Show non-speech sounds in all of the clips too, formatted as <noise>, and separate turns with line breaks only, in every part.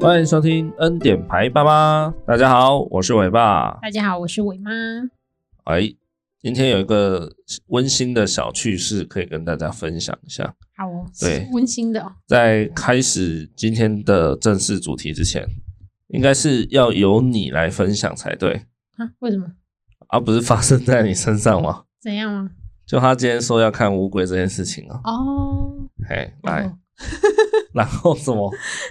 欢迎收听恩典牌爸妈，大家好，我是伟爸。
大家好，我是伟妈。
哎，今天有一个温馨的小趣事可以跟大家分享一下。
好哦，
对
是温馨的哦。
在开始今天的正式主题之前，应该是要由你来分享才对，
啊？为什么？
而、不是发生在你身上吗？
怎样啊？
就他今天说要看乌龟这件事情啊，
哦，
嘿，
然
来，
后
然后什么？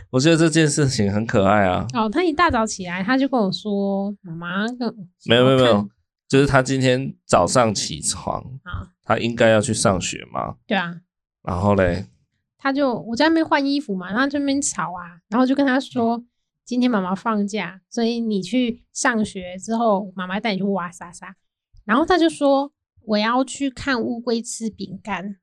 我觉得这件事情很可爱啊。
哦，他一大早起来，他就跟我说：“妈妈跟我
没有没有没有
看，
就是他今天早上起床
啊，
他应该要去上学嘛，
对啊。
然后嘞，”
他就我在那边换衣服嘛，然后这边吵啊，然后就跟他说：“今天妈妈放假，所以你去上学之后，妈妈带你去挖沙沙。”然后他就说：“我要去看乌龟吃饼干。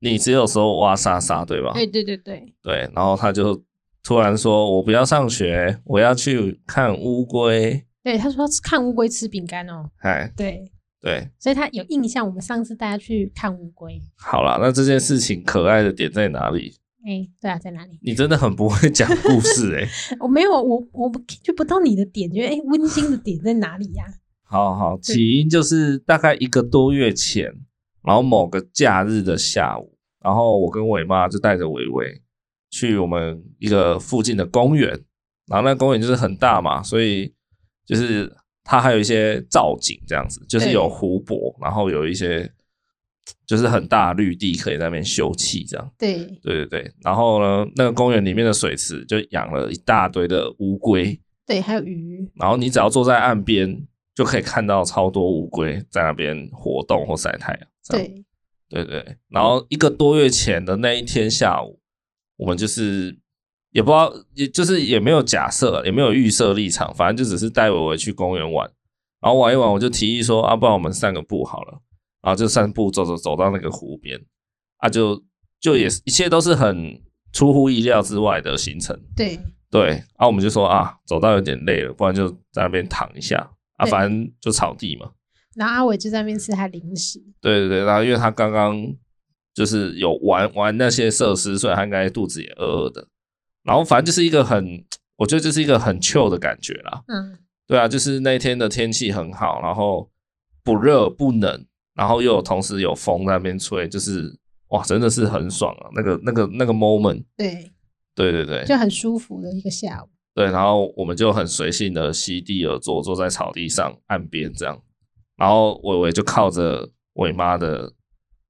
你只有说哇莎莎对吧？
对对对对，
对，然后他就突然说，我不要上学，我要去看乌龟。
对，他说看乌龟吃饼干哦。
哎，
对，
对，
所以他有印象，我们上次带他去看乌龟。
好啦，那这件事情可爱的点在哪里？
哎、对啊，在哪里？ <laughs>
你真的很不会讲故事欸诶、
我没有，我我不 catch 不到你的点，觉得哎，温、馨的点在哪里呀、 <laughs>
好好，起因就是大概一个多月前，然后某个假日的下午，然后我跟伟妈就带着伟伟去我们一个附近的公园，然后那公园就是很大嘛，所以就是它还有一些造景这样子，就是
对
有湖泊，然后有一些就是很大的绿地可以在那边休憩这样。
对，
对对对，然后呢，那个公园里面的水池就养了一大堆的乌龟，
对，还有鱼，
然后你只要坐在岸边，就可以看到超多乌龟在那边活动或晒太阳。这样
对
对对，然后一个多月前的那一天下午，我们就是也不知道，也就是也没有假设，也没有预设立场，反正就只是带伟伟去公园玩，然后玩一玩，我就提议说，啊，不然我们散个步好了，然后就散步走走走到那个湖边，啊就就也是一切都是很出乎意料之外的行程，
对
对，啊，我们就说啊，走到有点累了，不然就在那边躺一下啊，
对
反正就草地嘛。
然后阿伟就在那边吃他零食，
对对对，然后因为他刚刚就是有玩玩那些设施，所以他应该肚子也饿饿的。然后反正就是一个很，我觉得就是一个很 chill 的感觉啦。
嗯，
对啊，就是那一天的天气很好，然后不热不冷，然后又有同时有风在那边吹，就是哇，真的是很爽啊！那个那个那个 moment，
对，
对对对，
就很舒服的一个下午，
对，然后我们就很随性的席地而坐，坐在草地上岸边这样，然后伟伟就靠着伟妈的，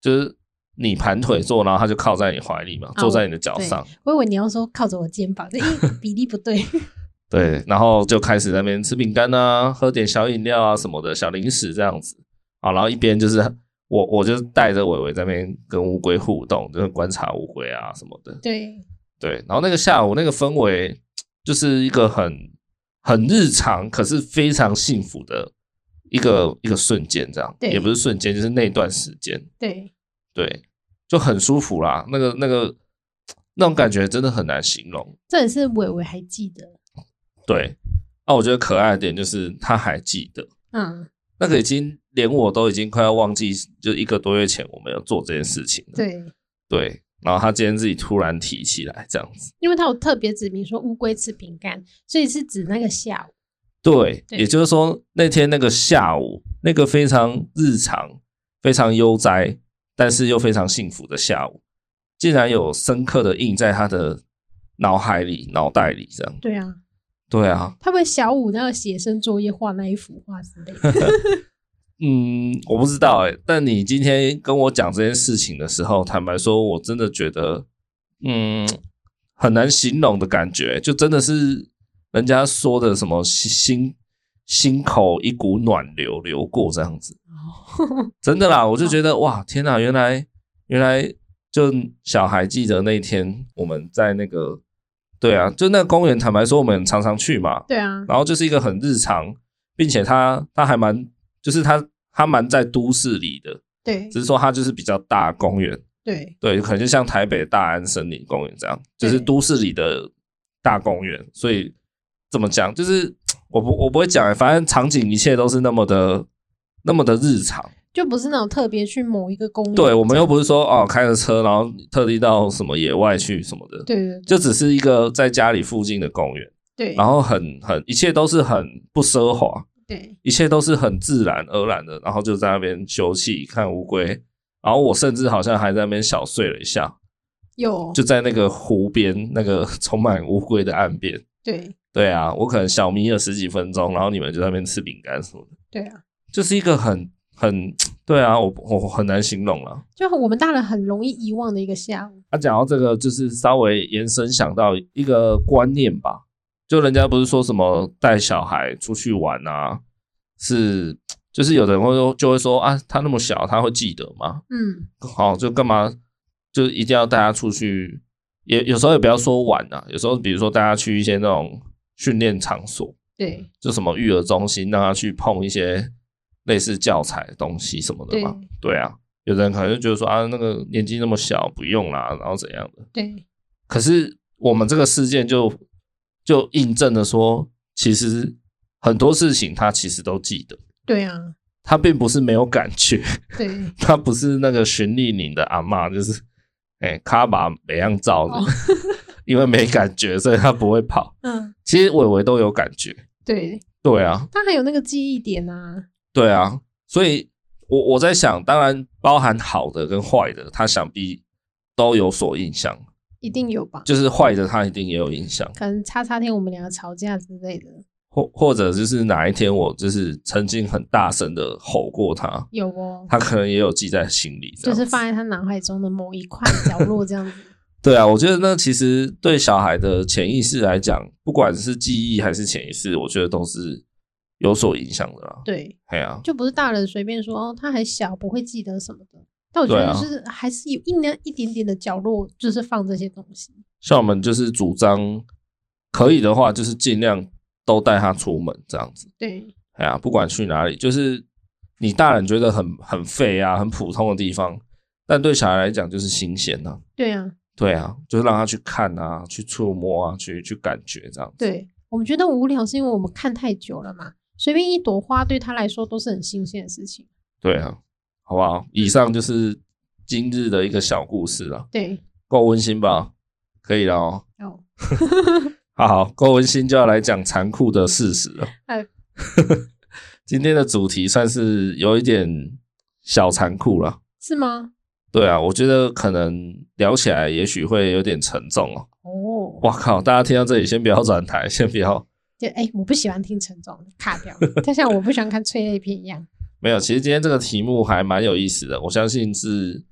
就是你盘腿坐，然后他就靠在你怀里嘛，
啊
坐在你的脚
我对
上，
我以为你要说靠着我肩膀，这咦比例不对，
对，然后就开始在那边吃饼干啊，喝点小饮料啊什么的小零食这样子啊，然后一边就是我我就带着伟伟在那边跟乌龟互动，就是观察乌龟啊什么的，
<laughs> 对
对，然后那个下午那个氛围就是一个很很日常，可是非常幸福的一个一个瞬间，这样
对
也不是瞬间，就是那段时间，
对
对，就很舒服啦。那个那个那种感觉真的很难形容。
这也是伟伟还记得，
对，那、我觉得可爱的点就是他还记得
嗯，
那个，已经连我都已经快要忘记，就一个多月前我们有做这件事情了。
对，
对，然后他今天自己突然提起来，这样子。
因为他有特别指明说乌龟吃饼干，所以是指那个下午，
对，
对
也就是说那天那个下午，那个非常日常、非常悠哉，但是又非常幸福的下午，竟然有深刻的印在他的脑海里、脑袋里这样。
对啊，
对啊，
他会小五那个写生作业画那一幅画之类的。
<laughs> 嗯，我不知道哎、但你今天跟我讲这件事情的时候，坦白说，我真的觉得，嗯，很难形容的感觉，欸就真的是人家说的什么心心口一股暖流流过这样子。
哦，
真的啦，我就觉得哇，天哪，原来原来就小孩记得那天我们在那个，对啊，就那个公园，坦白说我们常常去嘛，
对啊，
然后就是一个很日常，并且它它还蛮，就是它它蛮在都市里的，
对
只是说它就是比较大的公园，
对
对，可能就像台北大安森林公园这样，就是
对
都市里的大公园，所以怎么讲，就是我不我不会讲、反正场景一切都是那么的那么的日常。
就不是那种特别去某一个公园这样。
对，我们又不是说哦，开着车然后特地到什么野外去什么的，
对对
就只是一个在家里附近的公园。
对，
然后很很一切都是很不奢华，
对
一切都是很自然而然的，然后就在那边休憩看乌龟，然后我甚至好像还在那边小睡了一下，
有
就在那个湖边那个充满乌龟的岸边。
对
对啊，我可能小眯了十几分钟，然后你们就在那边吃饼干什么的，
对啊，
就是一个很很对啊，我我很难形容啊了。
就我们大人很容易遗忘的一个下午。
他、讲到这个，就是稍微延伸想到一个观念吧，就人家不是说什么带小孩出去玩啊，是就是有的人会说就会说啊，他那么小，他会记得吗？
嗯，
好、就干嘛就一定要带他出去？也有时候也不要说玩啊，有时候比如说带他去一些那种训练场所，
对
就什么育儿中心，让他去碰一些类似教材的东西什么的
对
嘛。对啊，有的人可能就觉得说啊，那个年纪那么小，不用啦，然后怎样的。
对
可是我们这个事件就就印证了说，其实很多事情他其实都记得，
对啊，
他并不是没有感觉， <laughs>
对
他不是那个循利宁的阿嬷，就是哎卡把每样照的，
哦
<laughs> 因为没感觉，所以他不会跑。
嗯
其实伟伟都有感觉，
对，
对啊，
他还有那个记忆点啊。
对啊，所以我我在想，当然包含好的跟坏的，他想必都有所影响。
一定有吧？
就是坏的，他一定也有影响，
可能叉叉天我们两个吵架之类的，
或或者就是哪一天我就是曾经很大声的吼过他，
有哦，
他可能也有记在心里这
就
样子。
是放在他脑海中的某一块角落这样子。
<laughs> 对啊，我觉得那其实对小孩的潜意识来讲，不管是记忆还是潜意识，我觉得都是有所影响的啦。
对，
哎呀、啊，
就不是大人随便说哦，他还小不会记得什么的。但我觉
对
得
啊
就是还是有一点一点点的角落，就是放这些东西。
像我们就是主张可以的话，就是尽量都带他出门这样子。
对
哎呀，不管去哪里，就是你大人觉得很很废啊、很普通的地方，但对小孩来讲就是新鲜呐、
对啊，
对啊，就是让他去看啊、去触摸啊、去去感觉这样子。
对我们觉得无聊是因为我们看太久了嘛。随便一朵花对他来说都是很新鲜的事情。
对啊，好不好？以上就是今日的一个小故事了，
对，
够温馨吧？可以了哦。
哦，
好好，够温馨就要来讲残酷的事实了。
哎
<laughs> 今天的主题算是有一点小残酷了。
是吗？
对啊，我觉得可能聊起来也许会有点沉重哦。
哦，
哇靠！大家听到这里，先不要转台，先不要。
就哎、我不喜欢听陈总卡掉，就像我不喜欢看催泪片一样。
没有，其实今天这个题目还蛮有意思的，我相信是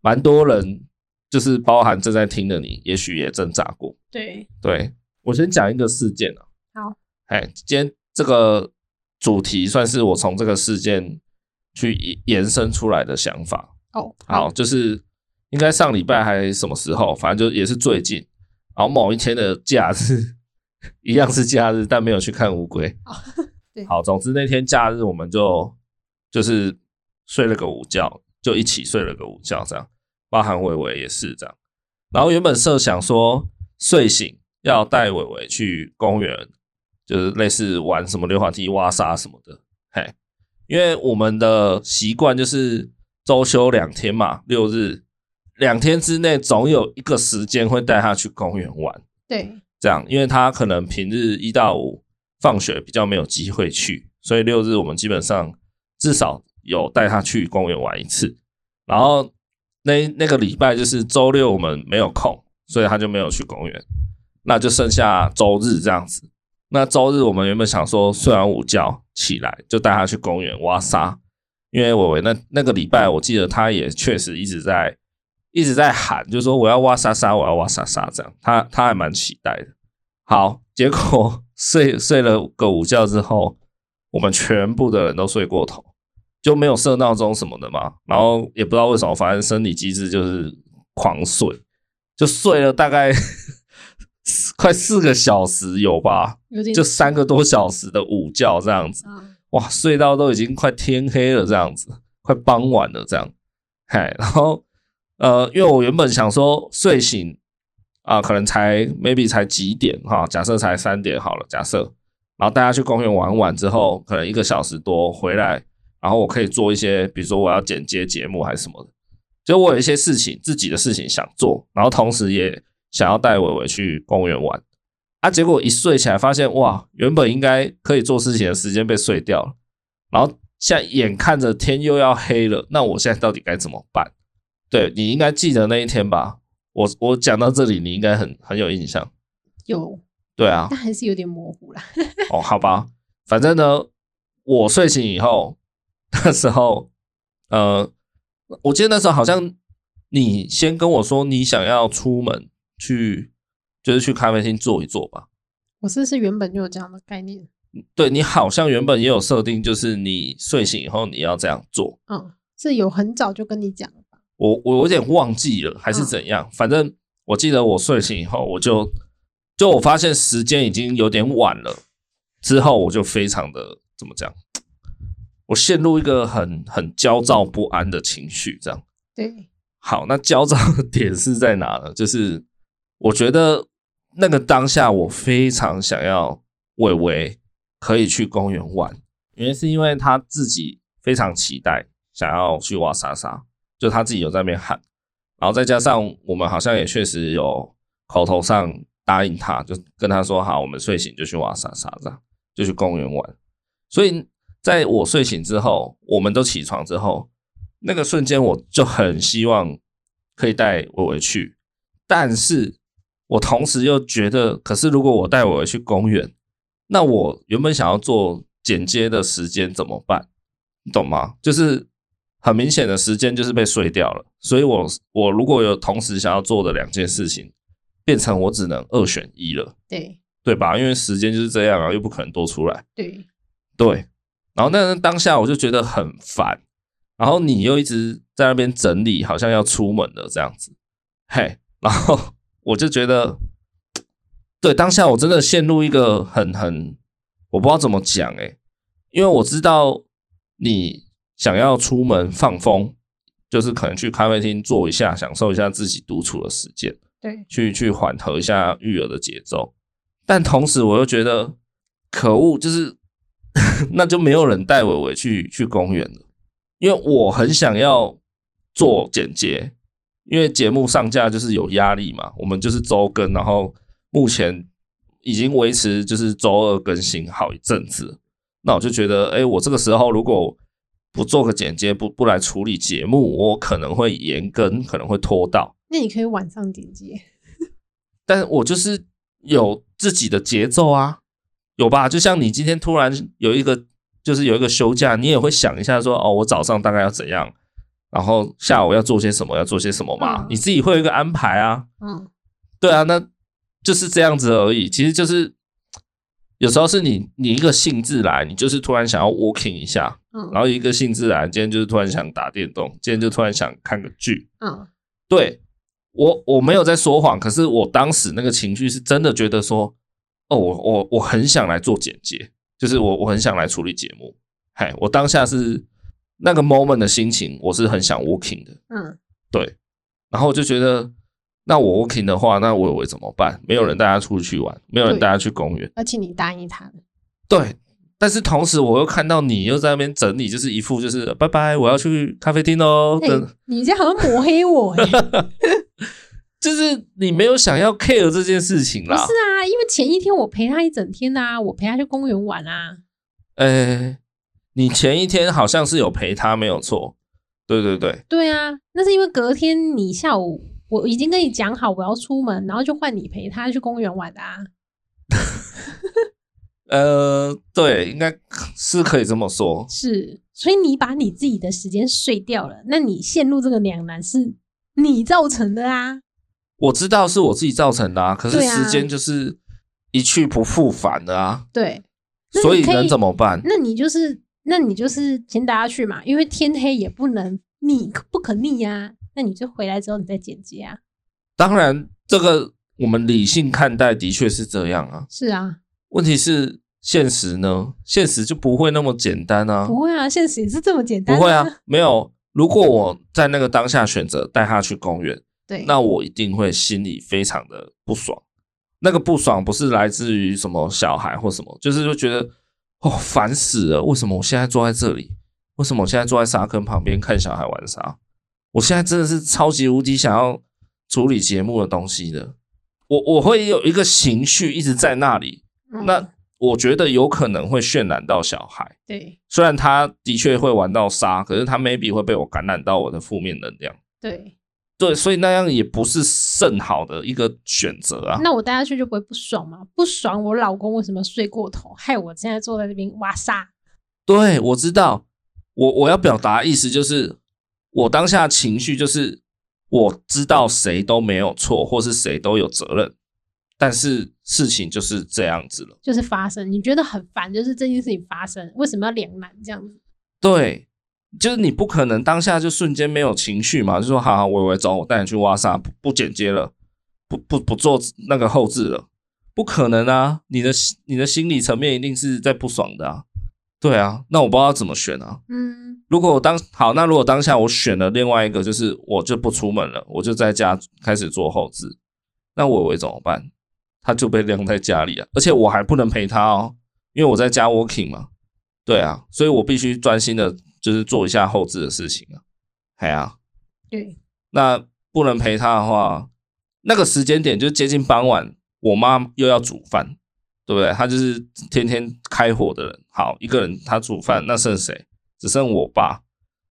蛮多人，就是包含正在听的你，也许也挣扎过。
对，
对我先讲一个事件啊。
好。
哎，今天这个主题算是我从这个事件去延延伸出来的想法。
哦，
好，，就是应该上礼拜还什么时候，反正就也是最近，然后某一天的假日， <laughs> 一样是假日，但没有去看乌龟
哦。 <laughs> 对
好，总之那天假日我们就就是睡了个午觉，就一起睡了个午觉，这样，包含伟伟也是这样。然后原本设想说睡醒要带伟伟去公园，就是类似玩什么溜滑梯、挖沙什么的，嘿，因为我们的习惯就是周休两天嘛，六日两天之内总有一个时间会带他去公园玩，
对
这样，因为他可能平日一到五放学比较没有机会去，所以六日我们基本上至少有带他去公园玩一次。然后那那个礼拜就是周六我们没有空，所以他就没有去公园，那就剩下周日这样子。那周日我们原本想说，睡完午觉起来就带他去公园挖沙，因为伟伟那那个礼拜我记得他也确实一直在一直在喊，就说我要挖沙沙，我要挖沙沙这样，他他还蛮期待的。好，结果 <laughs> 睡睡了个午觉之后，我们全部的人都睡过头，就没有设闹钟什么的嘛，然后也不知道为什么，反正生理机制就是狂睡，就睡了大概 <laughs> 快四个小时有吧，
有点
就三个多小时的午觉这样子。
啊，
哇，隧道都已经快天黑了，这样子，快傍晚了，这样，嗨，然后呃，因为我原本想说睡醒啊、可能才 maybe 才几点哈，假设才三点好了，假设，然后大家去公园玩完之后，可能一个小时多回来，然后我可以做一些，比如说我要剪接节目还是什么的，就我有一些事情自己的事情想做，然后同时也想要带伟伟去公园玩，啊，结果一睡起来发现，哇，原本应该可以做事情的时间被睡掉了，然后现在眼看着天又要黑了，那我现在到底该怎么办？对你应该记得那一天吧？我我讲到这里，你应该很很有印象。
有，
对啊，
但还是有点模糊啦。
哦，好吧，反正呢，我睡醒以后，那时候，呃，我记得那时候好像你先跟我说你想要出门去，就是去咖啡厅坐一坐吧。
我是不是原本就有这样的概念？
对你好像原本也有设定，就是你睡醒以后你要这样做。
嗯，是有很早就跟你讲了吧？
我我有点忘记了，还是怎样？反正我记得我睡醒以后，我就就我发现时间已经有点晚了，之后我就非常的怎么讲，我陷入一个很很焦躁不安的情绪。这样
对，
好，那焦躁的点是在哪呢？就是我觉得那个当下，我非常想要伟伟可以去公园玩，原因是因为他自己非常期待想要去挖沙沙，就他自己有在那边喊，然后再加上我们好像也确实有口头上答应他，就跟他说好，我们睡醒就去挖沙沙，这样就去公园玩。所以在我睡醒之后，我们都起床之后，那个瞬间我就很希望可以带伟伟去，但是我同时又觉得，可是如果我带伟伟去公园，那我原本想要做剪接的时间怎么办？你懂吗？就是很明显的时间就是被碎掉了，所以我我如果有同时想要做的两件事情，变成我只能二选一了，
对，
对吧？因为时间就是这样啊，又不可能多出来。
对，
对，然后那当下我就觉得很烦，然后你又一直在那边整理，好像要出门了这样子，嘿，然后 <laughs> 我就觉得，对，当下我真的陷入一个很很，我不知道怎么讲诶、因为我知道你想要出门放风，就是可能去咖啡厅坐一下，享受一下自己独处的时间。
对，
去去缓和一下育儿的节奏。但同时，我又觉得可恶，就是 <laughs> 那就没有人带伟伟去去公园了，因为我很想要做剪接，因为节目上架就是有压力嘛，我们就是周更，然后目前已经维持就是周二更新好一阵子，那我就觉得，哎、我这个时候如果不做个剪接，不不来处理节目，我可能会延更，可能会拖到。
那你可以晚上点击。
但我就是有自己的节奏啊，有吧？就像你今天突然有一个，就是有一个休假，你也会想一下说，哦，我早上大概要怎样，然后下午要做些什么，要做些什么嘛，
嗯
你自己会有一个安排啊。
嗯，
对啊，那就是这样子而已。其实就是有时候是你你一个兴致来，你就是突然想要 walking 一下，
嗯，
然后一个兴致来，今天就是突然想打电动，今天就突然想看个剧，
嗯，
对我我没有在说谎，可是我当时那个情绪是真的觉得说，哦，我我我很想来做剪接，就是我我很想来处理节目，嗨，我当下是那个 moment 的心情，我是很想 working 的，
嗯，
对，然后我就觉得，那我 working 的话，那我我怎么办？没有人带他出去玩，没有人
对
带他去公园。
而且你答应他了。
对，但是同时我又看到你又在那边整理，就是一副就是拜拜，我要去咖啡厅喽。
哎
的，
你这样好像抹黑我
<laughs>
哎、
就是你没有想要 care 这件事情
不
啦。
是啊，因为前一天我陪他一整天啊，我陪他去公园玩啊。
哎、你前一天好像是有陪他，没有错。对对对，
对啊，那是因为隔天你下午我已经跟你讲好我要出门，然后就换你陪他去公园玩的啊。
呃，对，应该是可以这么说。
是，所以你把你自己的时间睡掉了，那你陷入这个两难是你造成的啊。
我知道是我自己造成的啊，可是
对啊
时间就是一去不复返的啊，
对，那你
所以
可以
能怎么办？
那你就是那你就是先带他去嘛，因为天黑也不能逆不可逆啊。那你就回来之后你再剪接啊。
当然，这个我们理性看待的确是这样啊。
是啊，
问题是现实呢？现实就不会那么简单啊，
不会啊，现实也是这么简单、
不会啊，，没有。如果我在那个当下选择带他去公园，
对，
那我一定会心里非常的不爽。那个不爽不是来自于什么小孩或什么，就是就觉得哦烦死了，为什么我现在坐在这里？为什么我现在坐在沙坑旁边看小孩玩沙？我现在真的是超级无敌想要处理节目的东西的，我我会有一个情绪一直在那里，
嗯
那我觉得有可能会渲染到小孩。
对
虽然他的确会玩到沙，可是他 maybe 会被我感染到我的负面能量。
对，
对，所以那样也不是甚好的一个选择啊。
那我带他去就不会不爽嘛？不爽我老公为什么睡过头，害我现在坐在这边哇沙。
对，我知道，我我要表达的意思就是，我当下情绪就是我知道谁都没有错，或是谁都有责任，但是事情就是这样子了。
就是发生，你觉得很烦，就是这件事情发生，为什么要两难这样子？
对，就是你不可能当下就瞬间没有情绪嘛，就说好好，伟伟走，我带你去挖沙，不不剪接了，不不不做那个后置了，不可能啊！你的你的心理层面一定是在不爽的啊。对啊，那我不知道怎么选啊。
嗯，
如果我当好，那如果当下我选了另外一个，就是我就不出门了，我就在家开始做后置，那伟伟怎么办？他就被晾在家里啊，而且我还不能陪他哦，因为我在家 working 嘛，对啊，所以我必须专心的，就是做一下后置的事情啊，哎呀、
对，
那不能陪他的话，那个时间点就接近傍晚，我妈又要煮饭，对不对？她就是天天开火的人。好，一个人她煮饭，那剩谁？只剩我爸，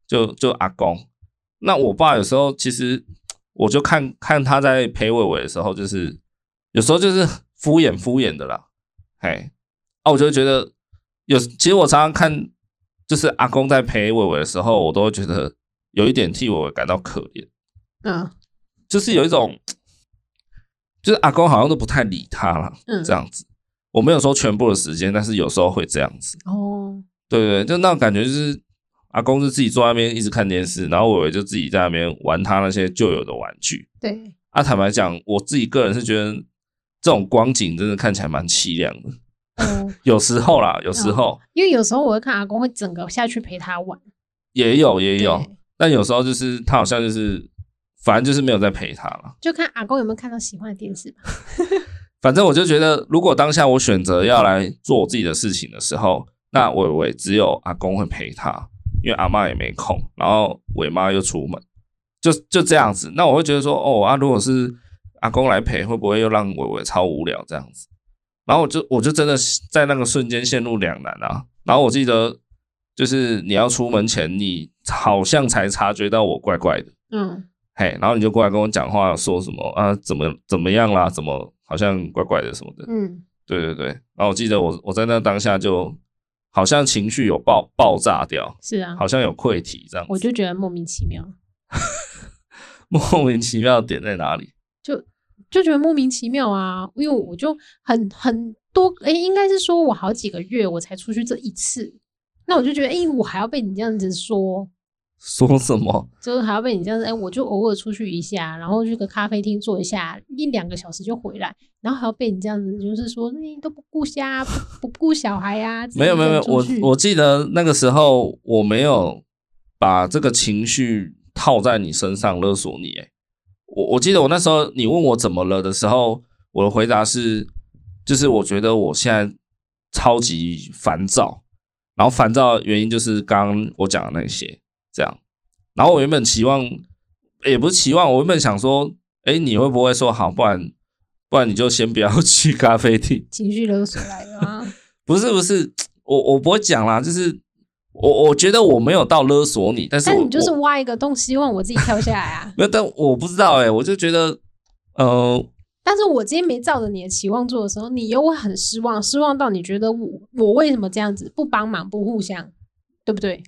就就阿公。那我爸有时候其实，我就看看他在陪伟伟的时候，就是有时候就是敷衍敷衍的啦。哎，啊，我就会觉得有，其实我常常看，就是阿公在陪伟伟的时候，我都会觉得有一点替伟伟感到可怜。
嗯
就是有一种，就是阿公好像都不太理他了，
嗯，
这样子。我没有说全部的时间，但是有时候会这样子。
哦，
对对，对就那种感觉就是阿公是自己坐在那边一直看电视，然后伟伟就自己在那边玩他那些旧有的玩具。
对，
啊，坦白讲，我自己个人是觉得这种光景真的看起来蛮凄凉的。
哦，
有时候啦，有
嗯
时候、
因为有时候我会看阿公会整个下去陪他玩，
也有也有，
对
但有时候就是他好像就是，反正就是没有在陪他了。
就看阿公有没有看到喜欢的电视吧。
反正我就觉得，如果当下我选择要来做我自己的事情的时候，那伟伟只有阿公会陪他，因为阿妈也没空，然后伟妈又出门，就就这样子。那我会觉得说，哦啊，如果是阿公来陪，会不会又让伟伟超无聊这样子？然后我就我就真的在那个瞬间陷入两难啊。然后我记得，就是你要出门前，你好像才察觉到我怪怪的。
嗯，
嘿，然后你就过来跟我讲话，说什么啊，怎么怎么样啦，怎么好像怪怪的什么的，
嗯，
对对对。然后我记得我我在那当下就好像情绪有爆爆炸掉，
是啊，
好像有溃体这样子， <laughs>
我就觉得莫名其妙，
莫名其妙的点在哪里？
就觉得莫名其妙啊，因为我就很很多，哎、应该是说我好几个月我才出去这一次，那我就觉得，哎、我还要被你这样子说，
说什么？
就是还要被你这样子，哎、我就偶尔出去一下，然后去个咖啡厅坐一下，一两个小时就回来，然后还要被你这样子，就是说你都不顾家，不不顾小孩啊，自己
没有没有没有，
一个人
我
出去
我记得那个时候我没有把这个情绪套在你身上勒索你，诶我我记得我那时候你问我怎么了的时候，我的回答是，就是我觉得我现在超级烦躁，然后烦躁的原因就是刚刚我讲的那些，这样。然后我原本期望，也不是期望，我原本想说，哎，你会不会说好，不然不然你就先不要 <laughs> 去咖啡厅。
情绪勒索来了啊，
不 <laughs> 是不是，我我不会讲啦，就是我我觉得我没有到勒索你，但是
但
我
你就是
我。
挖一个洞，希望我自己跳下来啊
没有，但我不知道哎、我就觉得，呃，
但是我今天没照着你的期望做的时候，你又会很失望，失望到你觉得我我为什么这样子不帮忙不互相，对不对？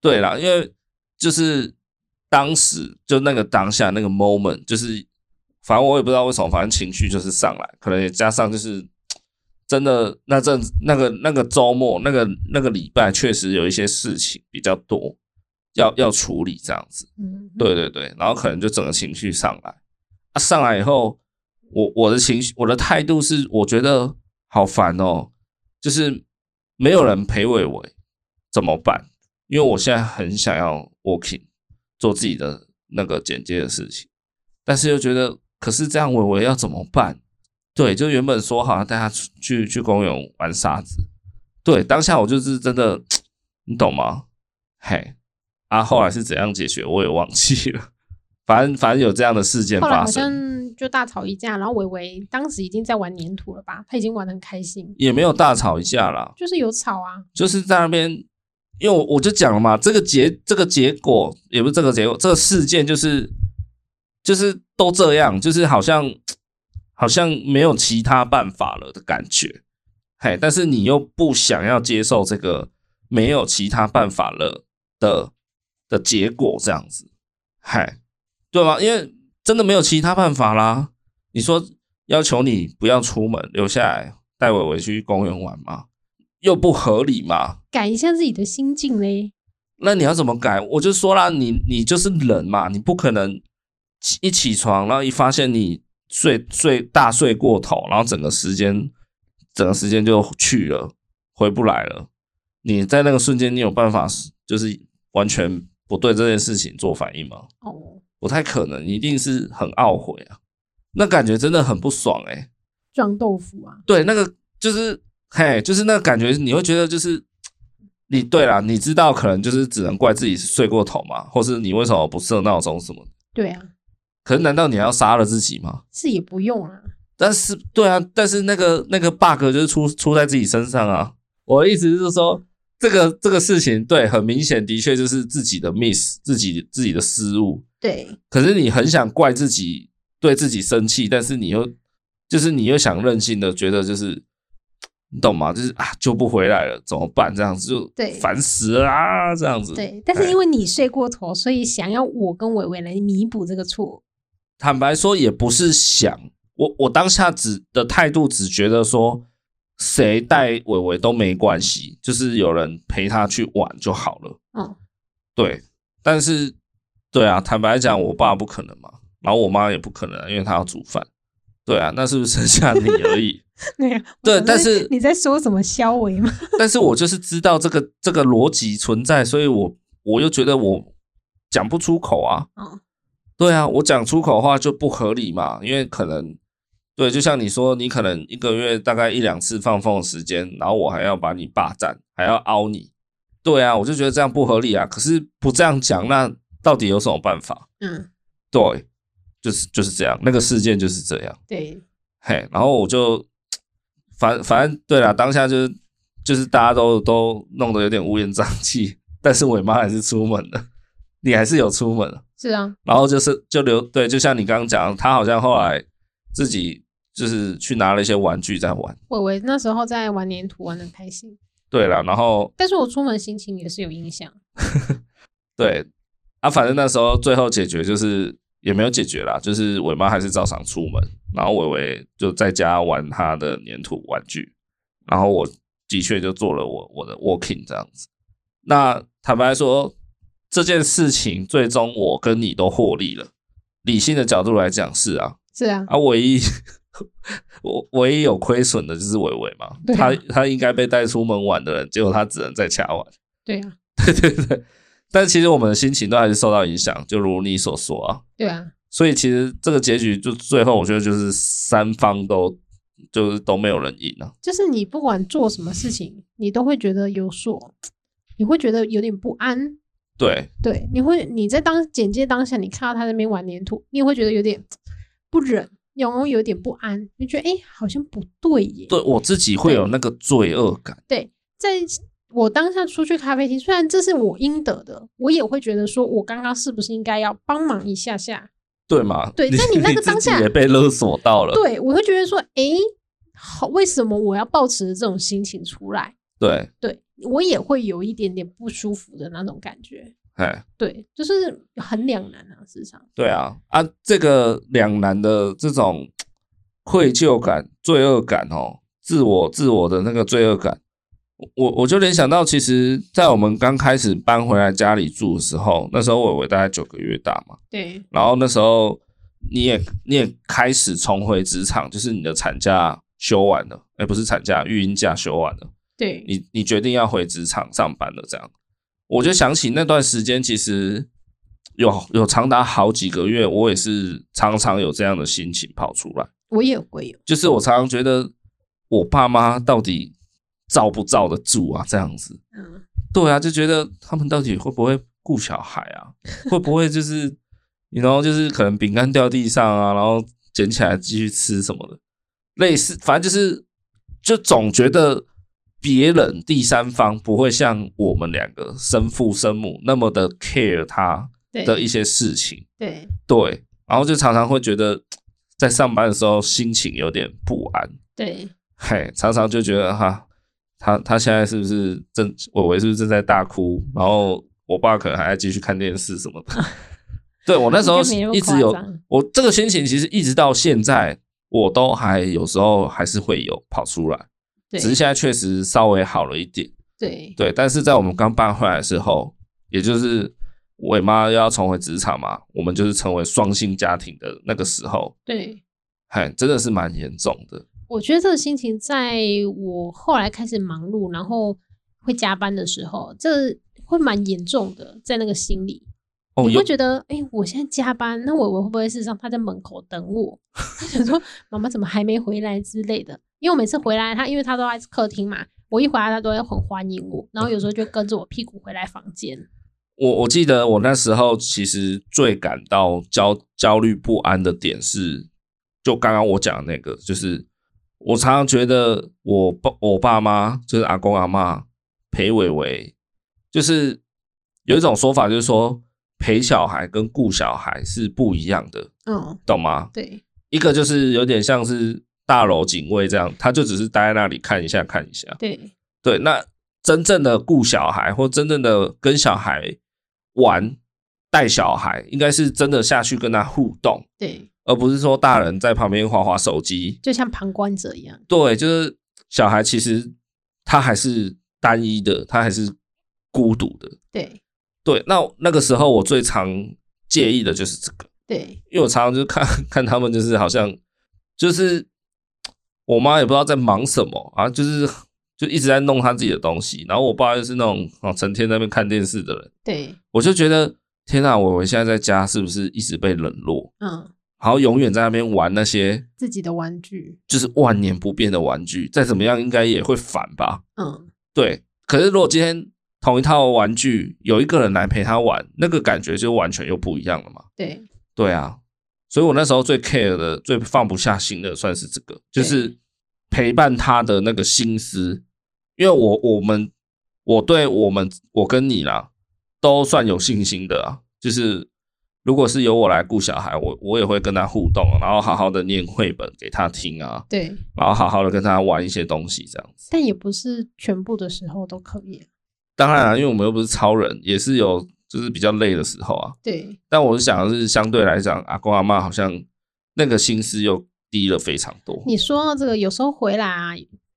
对啦，因为就是当时就那个当下那个 moment，就是反正我也不知道为什么，反正情绪就是上来，可能也加上就是真的那阵子那个那个周末那个那个礼拜确实有一些事情比较多，要要处理这样子。
嗯，
对对对，然后可能就整个情绪上来，啊，上来以后，我我的情绪，我的态度是，我觉得好烦哦，就是没有人陪伟伟怎么办？因为我现在很想要 working 做自己的那个剪接的事情，但是又觉得，可是这样伟伟要怎么办？对，就原本说好要带他出去去公园玩沙子，对，当下我就是真的，你懂吗？嘿，啊，后来是怎样解决我也忘记了。 <laughs> 反正反正有这样的事件
后来
发
好
生，
像就大吵一架，然后维维当时已经在玩粘土了吧，他已经玩的很开心，
也没有大吵一架啦，
就是有吵啊，
就是在那边，因为我我就讲了嘛，这个结这个结果也不是这个结果，这个事件就是就是都这样，就是好像好像没有其他办法了的感觉，嘿，但是你又不想要接受这个没有其他办法了的的结果，这样子，嘿，对吗？因为真的没有其他办法啦。你说要求你不要出门，留下来带伟伟去公园玩吗？又不合理嘛。
改一下自己的心境嘞。
那你要怎么改？我就说啦，你你就是人嘛，你不可能起一起床，然后一发现你睡睡大睡过头，然后整个时间整个时间就去了，回不来了。你在那个瞬间，你有办法就是完全不对这件事情做反应吗？
哦，
不太可能，你一定是很懊悔啊，那感觉真的很不爽欸诶、
撞豆腐啊，
对，那个就是嘿，就是那个感觉，你会觉得就是你对啦，你知道可能就是只能怪自己睡过头嘛，或是你为什么不设闹钟什么的。
对啊，
可是难道你要杀了自己吗？
是也不用啊，
但是对啊，但是那个那个 bug 就是出出在自己身上啊。我的意思是说，这个这个事情对，很明显的确就是自己的 miss，自己自己的失误。
对，
可是你很想怪自己，对自己生气，但是你又就是你又想任性的觉得就是，你懂吗？就是啊救不回来了，怎么办？这样子就
对
烦死了啊，这样子。
对，但是
哎
因为你睡过头，所以想要我跟伟伟来弥补这个错。
坦白说，也不是想我我当下只的态度只觉得说，谁带伟伟都没关系，就是有人陪他去玩就好了。
嗯，
对，但是对啊，坦白讲，我爸不可能嘛，然后我妈也不可能啊，因为她要煮饭。对啊，那是不是剩下你而已？
对啊，
对
<laughs> 我想
但
说
是
你在说什么肖维吗？
但是我就是知道这个这个逻辑存在，所以我我又觉得我讲不出口啊。
哦，
对啊，我讲出口的话就不合理嘛，因为可能对，就像你说，你可能一个月大概一两次放风的时间，然后我还要把你霸占，还要凹你。对啊，我就觉得这样不合理啊。可是不这样讲，那到底有什么办法？
嗯，
对，就是就是这样，那个事件就是这样。
对，
嘿，然后我就反反正对啦，当下就是就是大家都都弄得有点乌烟瘴气，但是我妈还是出门了，你还是有出门了，
是啊，
然后就是就留对，就像你刚刚讲，她好像后来自己就是去拿了一些玩具在玩，
伟伟那时候在玩粘土玩的开心，
对啦，然后
但是我出门心情也是有影响。
对啊，反
嗯
正那时候最后解决就是也没有解决啦，就是伟妈还是照常出门，然后伟伟就在家玩他的粘土玩具，然后我的确就做了我我的 walking 这样子。那坦白说，这件事情最终我跟你都获利了。理性的角度来讲是啊，
是啊，
啊，唯一我唯一有亏损的就是伟伟嘛，
对啊
他他应该被带出门玩的人，结果他只能在家玩。
对啊，
但其实我们的心情都还是受到影响，就如你所说啊。
对啊，
所以其实这个结局就最后，我觉得就是三方都就是都没有人赢啊。
就是你不管做什么事情，你都会觉得有所，你会觉得有点不安。
对
对，你会你在当简介当下，你看到他在那边玩粘土，你也会觉得有点不忍，然后有点不安，你觉得哎、诶好像不对耶。
对，我自己会有那个罪恶感。
在我当下出去咖啡厅，虽然这是我应得的，我也会觉得说，我刚刚是不是应该要帮忙一下下？
对嘛？
对
你
但你那个当
你
下
自己也被勒索到
<laughs>
了。
对，我会觉得说，诶，好，为什么我要抱持这种心情出来？
对，
对我也会有一点点不舒服的那种感觉。
哎，
对，就是很两难啊，事实上。
对啊，啊，这个两难的这种愧疚感、罪恶感哦，自我自我的那个罪恶感，我我就联想到，其实，在我们刚开始搬回来家里住的时候，那时候伟伟大概九个月大嘛，
对
然后那时候你也你也开始重回职场，就是你的产假休完了，哎，不是产假，育婴假休完了，
对
你你决定要回职场上班了，这样，我就想起那段时间，其实有有长达好几个月，我也是常常有这样的心情跑出来，
我也会有。
就是我常常觉得我爸妈到底罩不罩得住啊，这样子，
嗯，
对啊，就觉得他们到底会不会顾小孩啊？会不会就是然后就是可能饼干掉地上啊，然后捡起来继续吃什么的，类似，反正就是就总觉得别人第三方不会像我们两个生父生母那么的 care 他的
对
一些事情，
对，
对，然后就常常会觉得在上班的时候心情有点不安，
对，
嘿，常常就觉得哈，他他现在是不是正伟伟是不是正在大哭？然后我爸可能还在继续看电视什么
<laughs>
的。对我那时候
应该没那么
一直有
夸张，
我这个心情其实一直到现在，我都还有时候还是会有跑出来，
对，
只是现在确实稍微好了一点。
对，
对，但是在我们刚搬回来的时候，也就是伟妈又要重回职场嘛，我们就是成为双薪家庭的那个时候，
对，
嘿，真的是蛮严重的。
我觉得这个心情，在我后来开始忙碌，然后会加班的时候，这会蛮严重的，在那个心里，
哦，
你
有
会觉得，哎、我现在加班，那我我会不会事实上他在门口等我？ <laughs> 他想说妈妈怎么还没回来之类的。因为我每次回来，他因为他都在客厅嘛，我一回来他都会很欢迎我，然后有时候就跟着我屁股回来房间。
我我记得我那时候其实最感到焦焦虑不安的点是，就刚刚我讲的那个，就是我常常觉得我爸我爸妈就是阿公阿妈陪伟伟，就是有一种说法就是说陪小孩跟顾小孩是不一样的，
嗯，
懂吗？
对
一个就是有点像是大楼警卫这样，他就只是待在那里看一下看一下，
对
对，那真正的顾小孩或真正的跟小孩玩、带小孩，应该是真的下去跟他互动，
对，
而不是说大人在旁边划划手机。
就像旁观者一样。
对，就是小孩其实他还是单一的，他还是孤独的。
对
对，那那个时候我最常介意的就是这个，
对
因为我常常就看 <laughs> 看他们，就是好像就是我妈也不知道在忙什么啊，就是就一直在弄她自己的东西，然后我爸又是那种啊成天在那边看电视的人，
对，
我就觉得天啊，我我现在在家是不是一直被冷落，
嗯，
然后永远在那边玩那些
自己的玩具，
就是万年不变的玩具，再怎么样应该也会烦吧？
嗯，
对，可是如果今天同一套玩具有一个人来陪他玩，那个感觉就完全又不一样了嘛。
对
对啊，所以我那时候最 care 的、最放不下心的，算是这个，就
对
是陪伴他的那个心思。因为我我们我对我们我跟你啦，都算有信心的啊。就是如果是由我来顾小孩，我我也会跟他互动，然后好好的念绘本给他听啊，
对，
然后好好的跟他玩一些东西这样子。
但也不是全部的时候都可以啊。
当然、啊，因为我们又不是超人，也是有就是比较累的时候啊。
对
但我是想的是，相对来讲，阿公阿妈好像那个心思又低了非常多。
你说到这个，有时候回来啊，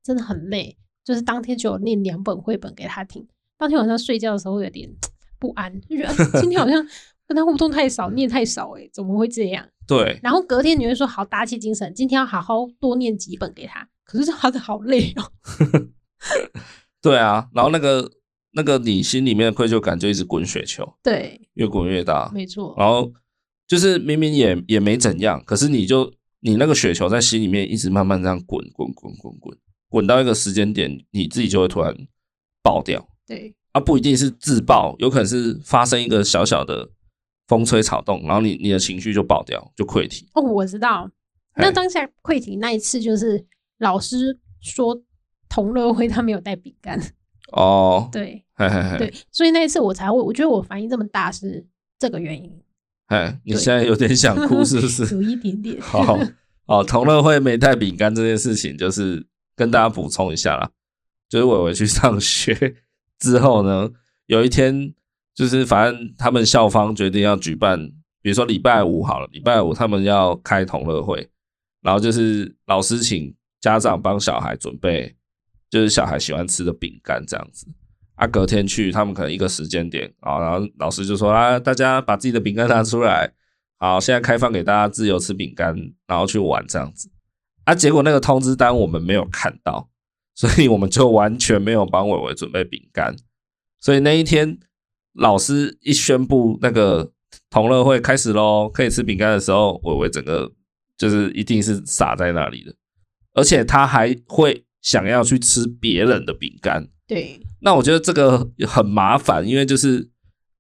真的很累，就是当天就有念两本绘本给他听，当天晚上睡觉的时候会有点不安，就觉得、哎今天好像跟他互动太少，念太少、欸，哎，怎么会这样？
对，
然后隔天你会说好打起精神，今天要好好多念几本给他，可是他的好累哦。
对啊，然后那个那个你心里面的愧疚感就一直滚雪球，
<laughs> 对，
越滚越大。
没错，
然后就是明明也也没怎样，可是你就你那个雪球在心里面一直慢慢这样滚滚滚滚滚，滚到一个时间点，你自己就会突然爆掉。
对
啊，不一定是自爆，有可能是发生一个小小的风吹草动，然后你你的情绪就爆掉，就溃体。
哦，我知道。那
嘿
当下溃体那一次，就是老师说同乐会他没有带饼干， <laughs>
哦，
对
嘿嘿嘿，
对，所以那一次我才会，我觉得我反应这么大是这个原因。
哎，你
对
现在有点想
<laughs>
哭是不是？
有一点点。
好好，同乐会没带饼干这件事情，就是跟大家补充一下啦。就是伟伟去上学之后呢，有一天就是反正他们校方决定要举办，比如说礼拜五好了，礼拜五他们要开同乐会，然后就是老师请家长帮小孩准备，就是小孩喜欢吃的饼干这样子。啊，隔天去，他们可能一个时间点啊，然后老师就说啊，大家把自己的饼干拿出来，好，现在开放给大家自由吃饼干，然后去玩这样子。啊，结果那个通知单我们没有看到，所以我们就完全没有帮伟伟准备饼干。所以那一天老师一宣布那个同乐会开始喽，可以吃饼干的时候，伟伟整个就是一定是傻在那里的，而且他还会想要去吃别人的饼干。
对
那我觉得这个很麻烦，因为就是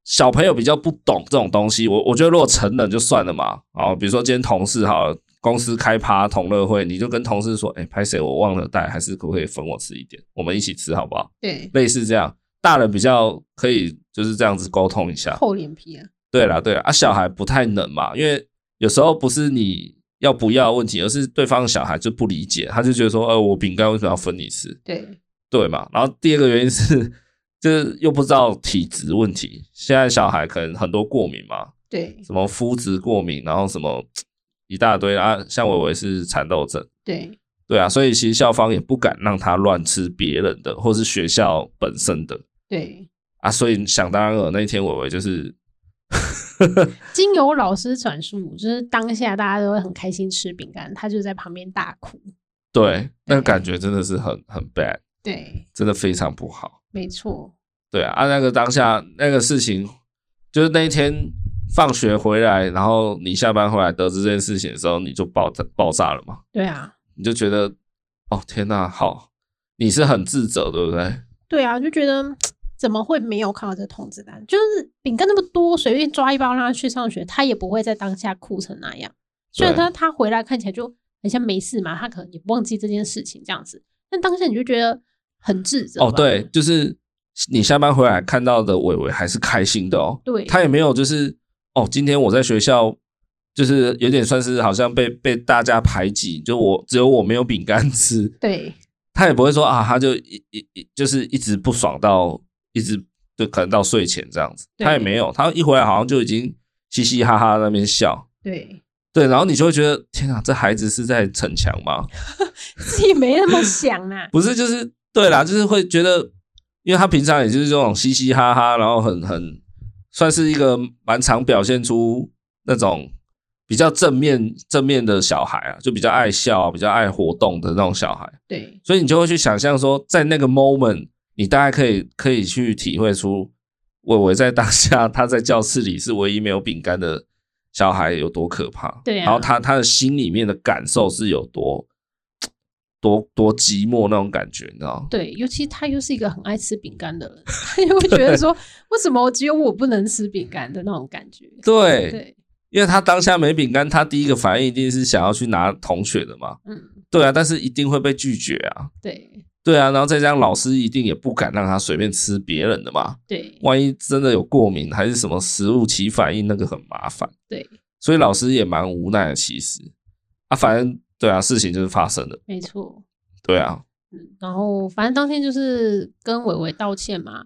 小朋友比较不懂这种东西，我我觉得如果成人就算了嘛，哦，比如说今天同事好了，公司开趴同乐会，你就跟同事说，哎、拍谁我忘了带，还是可不可以分我吃一点，我们一起吃好不好？
对，
类似这样，大人比较可以就是这样子沟通一下。
厚脸皮啊，
对啦，对啦，啊，小孩不太能嘛，因为有时候不是你要不要的问题，而是对方小孩就不理解，他就觉得说，呃，我饼干为什么要分你吃？
对，
对嘛？然后第二个原因是，就是又不知道体质问题，现在小孩可能很多过敏嘛，
对，
什么肤质过敏，然后什么一大堆啊，像伟伟是蚕豆症，
对，
对啊，所以其实校方也不敢让他乱吃别人的，或是学校本身的
对，
啊，所以想当然了，那一天伟伟就是
经由老师转述，就是当下大家都会很开心吃饼干，他就在旁边大哭。
对那个感觉真的是很很 bad，
对，
真的非常不好。
没错，
对啊，啊那个当下那个事情，就是那一天放学回来，然后你下班回来得知这件事情的时候，你就爆炸爆炸了嘛，
对啊，
你就觉得哦天呐，好，你是很自责，对不对？
对啊，就觉得怎么会没有看到这通知单？就是饼干那么多，随便抓一包让他去上学，他也不会在当下哭成那样。虽然
对
他他回来看起来就很像没事嘛，他可能也忘记这件事情这样子，但当下你就觉得很自责吧。
哦，对，就是你下班回来看到的伟伟还是开心的哦，
对，
他也没有就是哦，今天我在学校就是有点算是好像被被大家排挤，就我只有我没有饼干吃，
对，
他也不会说啊，他就一一一就是一直不爽到一直就可能到睡前这样子，
对
他也没有，他一回来好像就已经嘻嘻哈哈在那边笑。
对，
对，然后你就会觉得天啊，这孩子是在逞强吗？。
自己没那么想啊
<laughs> 不是，就是对啦，就是会觉得，因为他平常也就是这种嘻嘻哈哈，然后很很算是一个蛮常表现出那种比较正面正面的小孩啊，就比较爱笑啊、比较爱活动的那种小孩，
对，
所以你就会去想象说，在那个 moment，你大概可以可以去体会出伟伟在当下他在教室里是唯一没有饼干的小孩有多可怕，
对啊
然后他他的心里面的感受是有多多多寂寞那种感觉，你知道吗？
对，尤其他又是一个很爱吃饼干的人，他就会觉得说，为什么只有我不能吃饼干的那种感觉？
对，
对，
因为他当下没饼干，他第一个反应一定是想要去拿同学的嘛，
嗯，
对啊，但是一定会被拒绝啊，
对
对啊，然后再加上老师一定也不敢让他随便吃别人的嘛，
对
万一真的有过敏还是什么食物起反应，那个很麻烦。
对，
所以老师也蛮无奈的，其实啊，反正对啊，事情就是发生了，
没错。
对啊，
嗯，然后反正当天就是跟伟伟道歉
<laughs>
嘛，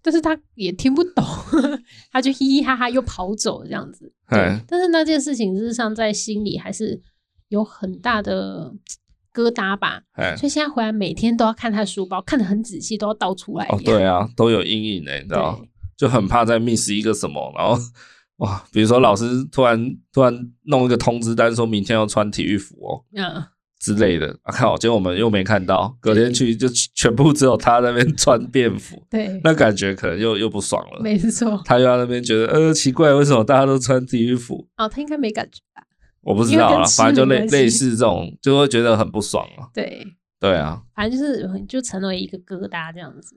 但是他也听不懂， <laughs> 他就嘻嘻哈哈又跑走这样子。对
哎，，
但是那件事情事实上在心里还是有很大的疙瘩吧，
哎，
所以现在回来每天都要看他书包，看得很仔细，都要倒出来
哦，
一样。
对啊，都有阴影呢，你知道
对，
就很怕再 miss 一个什么，然后哇，比如说老师突然突然弄一个通知单，说明天要穿体育服哦。
嗯，
之类的，啊靠！结果我们又没看到，隔天去就全部只有他那边穿便服，
对，
那感觉可能又又不爽了。
没错。
他又在那边觉得，呃，奇怪，为什么大家都穿体育服？
哦，他应该没感觉吧？
我不知道
因为
啊，
跟吃
反正就
没
类
关系
类似这种，就会觉得很不爽啊。
对，
对啊，
反正就是就成为一个疙瘩这样子。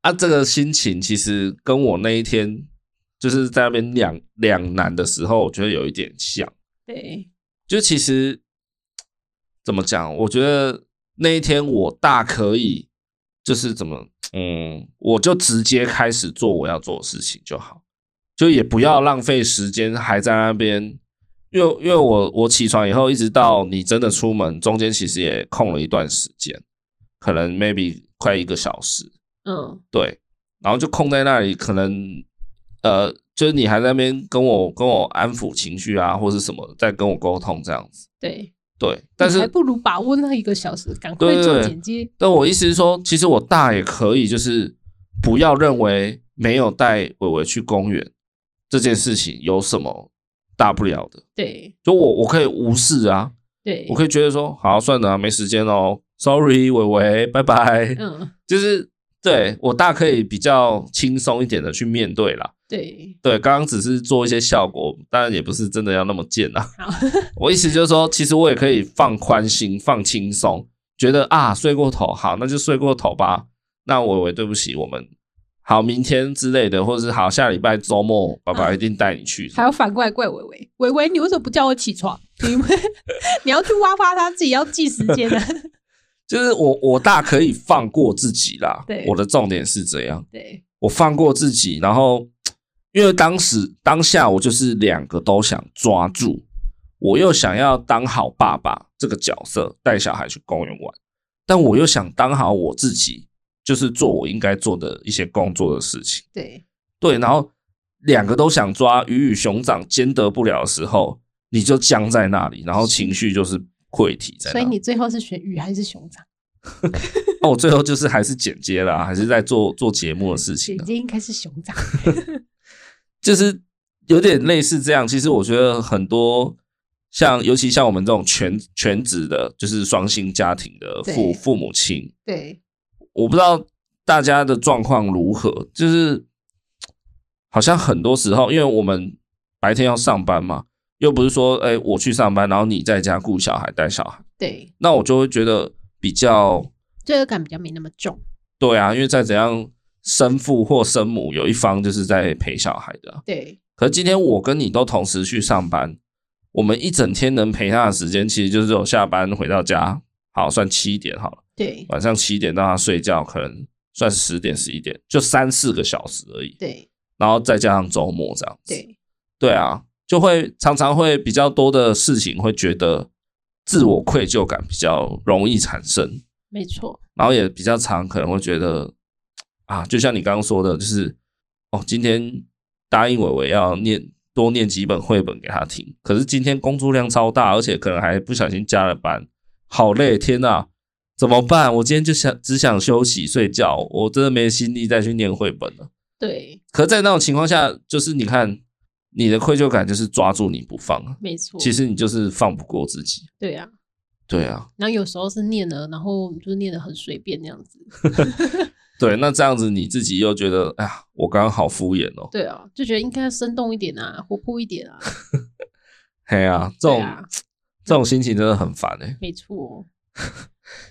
啊，这个心情其实跟我那一天就是在那边两两难的时候，我觉得有一点像。
对，
就其实怎么讲，我觉得那一天我大可以就是怎么，嗯，我就直接开始做我要做的事情就好，就也不要浪费时间还在那边。因为因为我我起床以后，一直到你真的出门，中间其实也空了一段时间，可能 maybe 快一个小时，
嗯，
对，然后就空在那里，可能呃，就是你还在那边跟我跟我安抚情绪啊，或是什么，在跟我沟通这样子。
对。
对，但
你还
是
不如把握那一个小时，赶快
对对
做
对
剪接。
但我意思是说，其实我大也可以，就是不要认为没有带伟伟去公园这件事情有什么大不了的，
对
就我我可以无视啊，
对，
我可以觉得说，好算了啊、没时间哦，sorry，伟伟，拜拜，
嗯，
就是对我大可以比较轻松一点的去面对啦。
对，
对，刚刚只是做一些效果，当然也不是真的要那么贱啊
好。
我意思就是说，其实我也可以放宽心、放轻松，觉得啊睡过头，好，那就睡过头吧。那伟伟，对不起，我们好明天之类的，或者是好下礼拜周末，爸爸一定带你去。
嗯还要反过来怪伟伟，伟伟，你为什么不叫我起床？你
<laughs>
你要去挖发他，自己要记时间的。啊
就是我我大可以放过自己啦
对。
我的重点是这样，
对，
我放过自己，然后因为当时当下我就是两个都想抓住，我又想要当好爸爸这个角色，带小孩去公园玩，但我又想当好我自己，就是做我应该做的一些工作的事情。
对，
对，然后两个都想抓，鱼与熊掌兼得不了的时候，你就僵在那里，然后情绪就是溃体在那
所以你最后是选鱼还是熊掌？
那我最后就是还是剪接啦，还是在做做节目的事情
姐
啊，
姐应该是熊
<laughs>
掌。
就是有点类似这样。其实我觉得很多像，尤其像我们这种全全职的，就是双薪家庭的
对
父父母亲，
对，
我不知道大家的状况如何，就是好像很多时候，因为我们白天要上班嘛，又不是说，哎、我去上班，然后你在家顾小孩带小孩，
对，
那我就会觉得比较
罪恶感比较没那么重。
对啊，因为再怎样，生父或生母有一方就是在陪小孩的啊、
对，
可是今天我跟你都同时去上班，我们一整天能陪他的时间，其实就是我下班回到家，好算七点好了。
对，
晚上七点让他睡觉，可能算是十点十一点，就三四个小时而已。
对，
然后再加上周末这样子，
对，
对啊，就会常常会比较多的事情，会觉得自我愧疚感比较容易产生，
没错。
然后也比较常可能会觉得啊，就像你刚刚说的，就是哦，今天答应伟伟要念多念几本绘本给他听，可是今天工作量超大，而且可能还不小心加了班，好累，天呐，怎么办？我今天就想只想休息睡觉，我真的没心力再去念绘本了。
对，
可在那种情况下，就是你看你的愧疚感就是抓住你不放啊，
没错。
其实你就是放不过自己。
对啊，
对啊，
然后有时候是念了，然后就是念的很随便那样子。
对，那这样子你自己又觉得，哎呀，我刚刚好敷衍哦。
对啊，就觉得应该生动一点啊，活泼一点啊。
嘿啊，这
对
种、
啊，
这种心情真的很烦哎、
没错。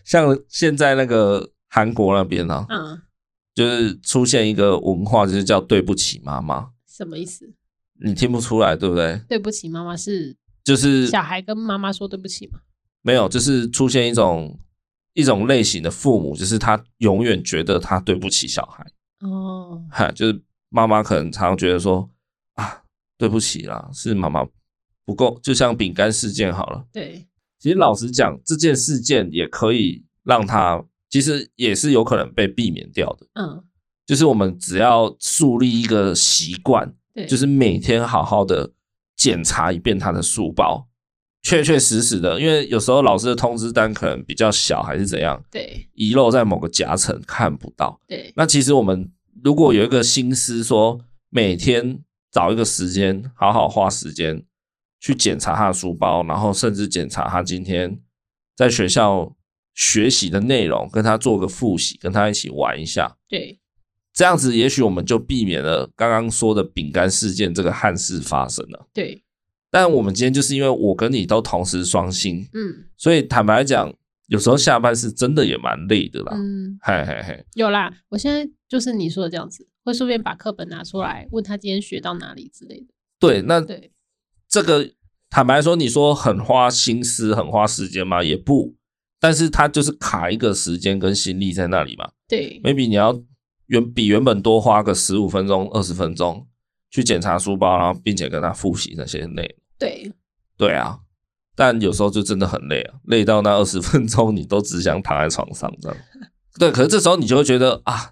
像现在那个韩国那边啊，
啊，
就是出现一个文化，就是叫“对不起妈妈
什么意思？”，
你听不出来对不对？
对不起，妈妈是
就是
小孩跟妈妈说对不起嘛？
没有，就是出现一种一种类型的父母，就是他永远觉得他对不起小孩，
哦，
哈，就是妈妈可能常常觉得说啊，对不起啦，是妈妈不够，就像饼干事件好了。
对，
其实老实讲，这件事件也可以让他，其实也是有可能被避免掉的。
嗯，
就是我们只要树立一个习惯，
对，
就是每天好好的检查一遍他的书包，确确实实的。因为有时候老师的通知单可能比较小，还是怎样，
对
遗漏在某个夹层看不到。
对
那其实我们如果有一个心思说，每天找一个时间，好好花时间去检查他的书包，然后甚至检查他今天在学校学习的内容，跟他做个复习，跟他一起玩一下，
对
这样子也许我们就避免了刚刚说的饼干事件这个憾事发生了。
对，
但我们今天就是因为我跟你都同时双薪，
嗯
所以坦白讲，有时候下班是真的也蛮累的啦。
嗯，
嘿嘿嘿，
有啦。我现在就是你说的这样子，会顺便把课本拿出来，问他今天学到哪里之类的。
对，那
对
这个坦白说，你说很花心思、很花时间吗？也不，但是它就是卡一个时间跟心力在那里嘛。
对
maybe 你要原比原本多花个十五分钟、二十分钟去检查书包，然后并且跟他复习那些内容。
对
对啊，但有时候就真的很累啊，累到那二十分钟你都只想躺在床上这样。对，可是这时候你就会觉得啊，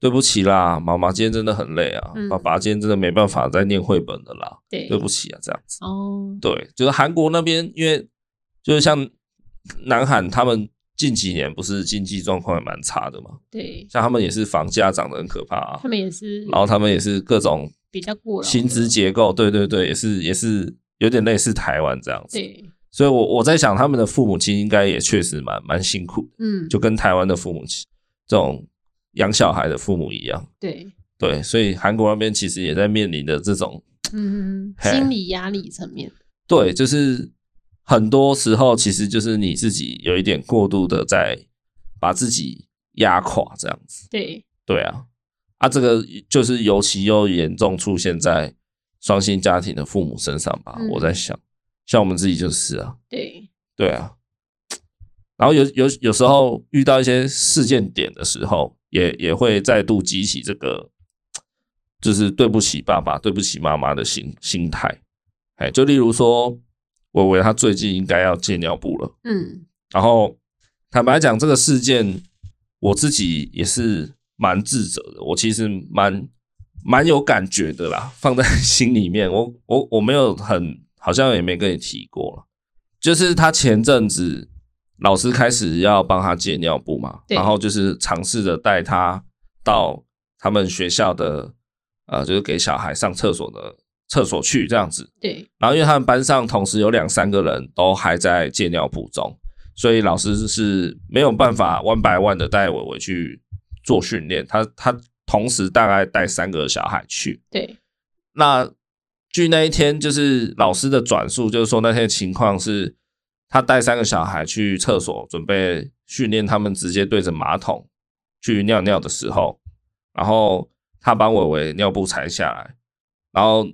对不起啦，妈妈今天真的很累啊，
嗯
爸爸今天真的没办法再念绘本的啦，
对
对不起啊，这样子。
哦，
对，就是韩国那边，因为就是像南韩他们近几年不是经济状况也蛮差的嘛，
对，
像他们也是房价涨得很可怕啊
他，们也是
然后他们也是各种
比较过劳
薪
的
资结构，对对对，也是也是有点类似台湾这样子，
对，
所以我我在想他们的父母亲应该也确实蛮蛮辛苦，
嗯，
就跟台湾的父母亲这种养小孩的父母一样，
对，
对，所以韩国那边其实也在面临的这种
嗯，
嘿
心理压力层面，
对，就是很多时候其实就是你自己有一点过度的在把自己压垮这样子。
对
对啊，啊，这个就是尤其又严重出现在双薪家庭的父母身上吧。
嗯
我在想，像我们自己就是啊，
对，
对啊。然后有有有时候遇到一些事件点的时候，也也会再度激起这个，就是对不起爸爸、对不起妈妈的心心态。哎，就例如说，伟伟他最近应该要戒尿布了。
嗯
然后坦白讲，这个事件我自己也是蛮自责的，我其实蛮蛮有感觉的啦，放在心里面。我我我没有很，好像也没跟你提过了，就是他前阵子老师开始要帮他戒尿布嘛，
对
然后就是尝试着带他到他们学校的呃，就是给小孩上厕所的厕所去这样子。
对，
然后因为他们班上同时有两三个人都还在戒尿布中，所以老师是没有办法 one by one 的带伟伟去做训练。他他同时大概带三个小孩去。
对，
那据那一天就是老师的转述，就是说那天的情况是，他带三个小孩去厕所准备训练他们直接对着马桶去尿尿的时候，然后他把伟伟尿布拆下来，然后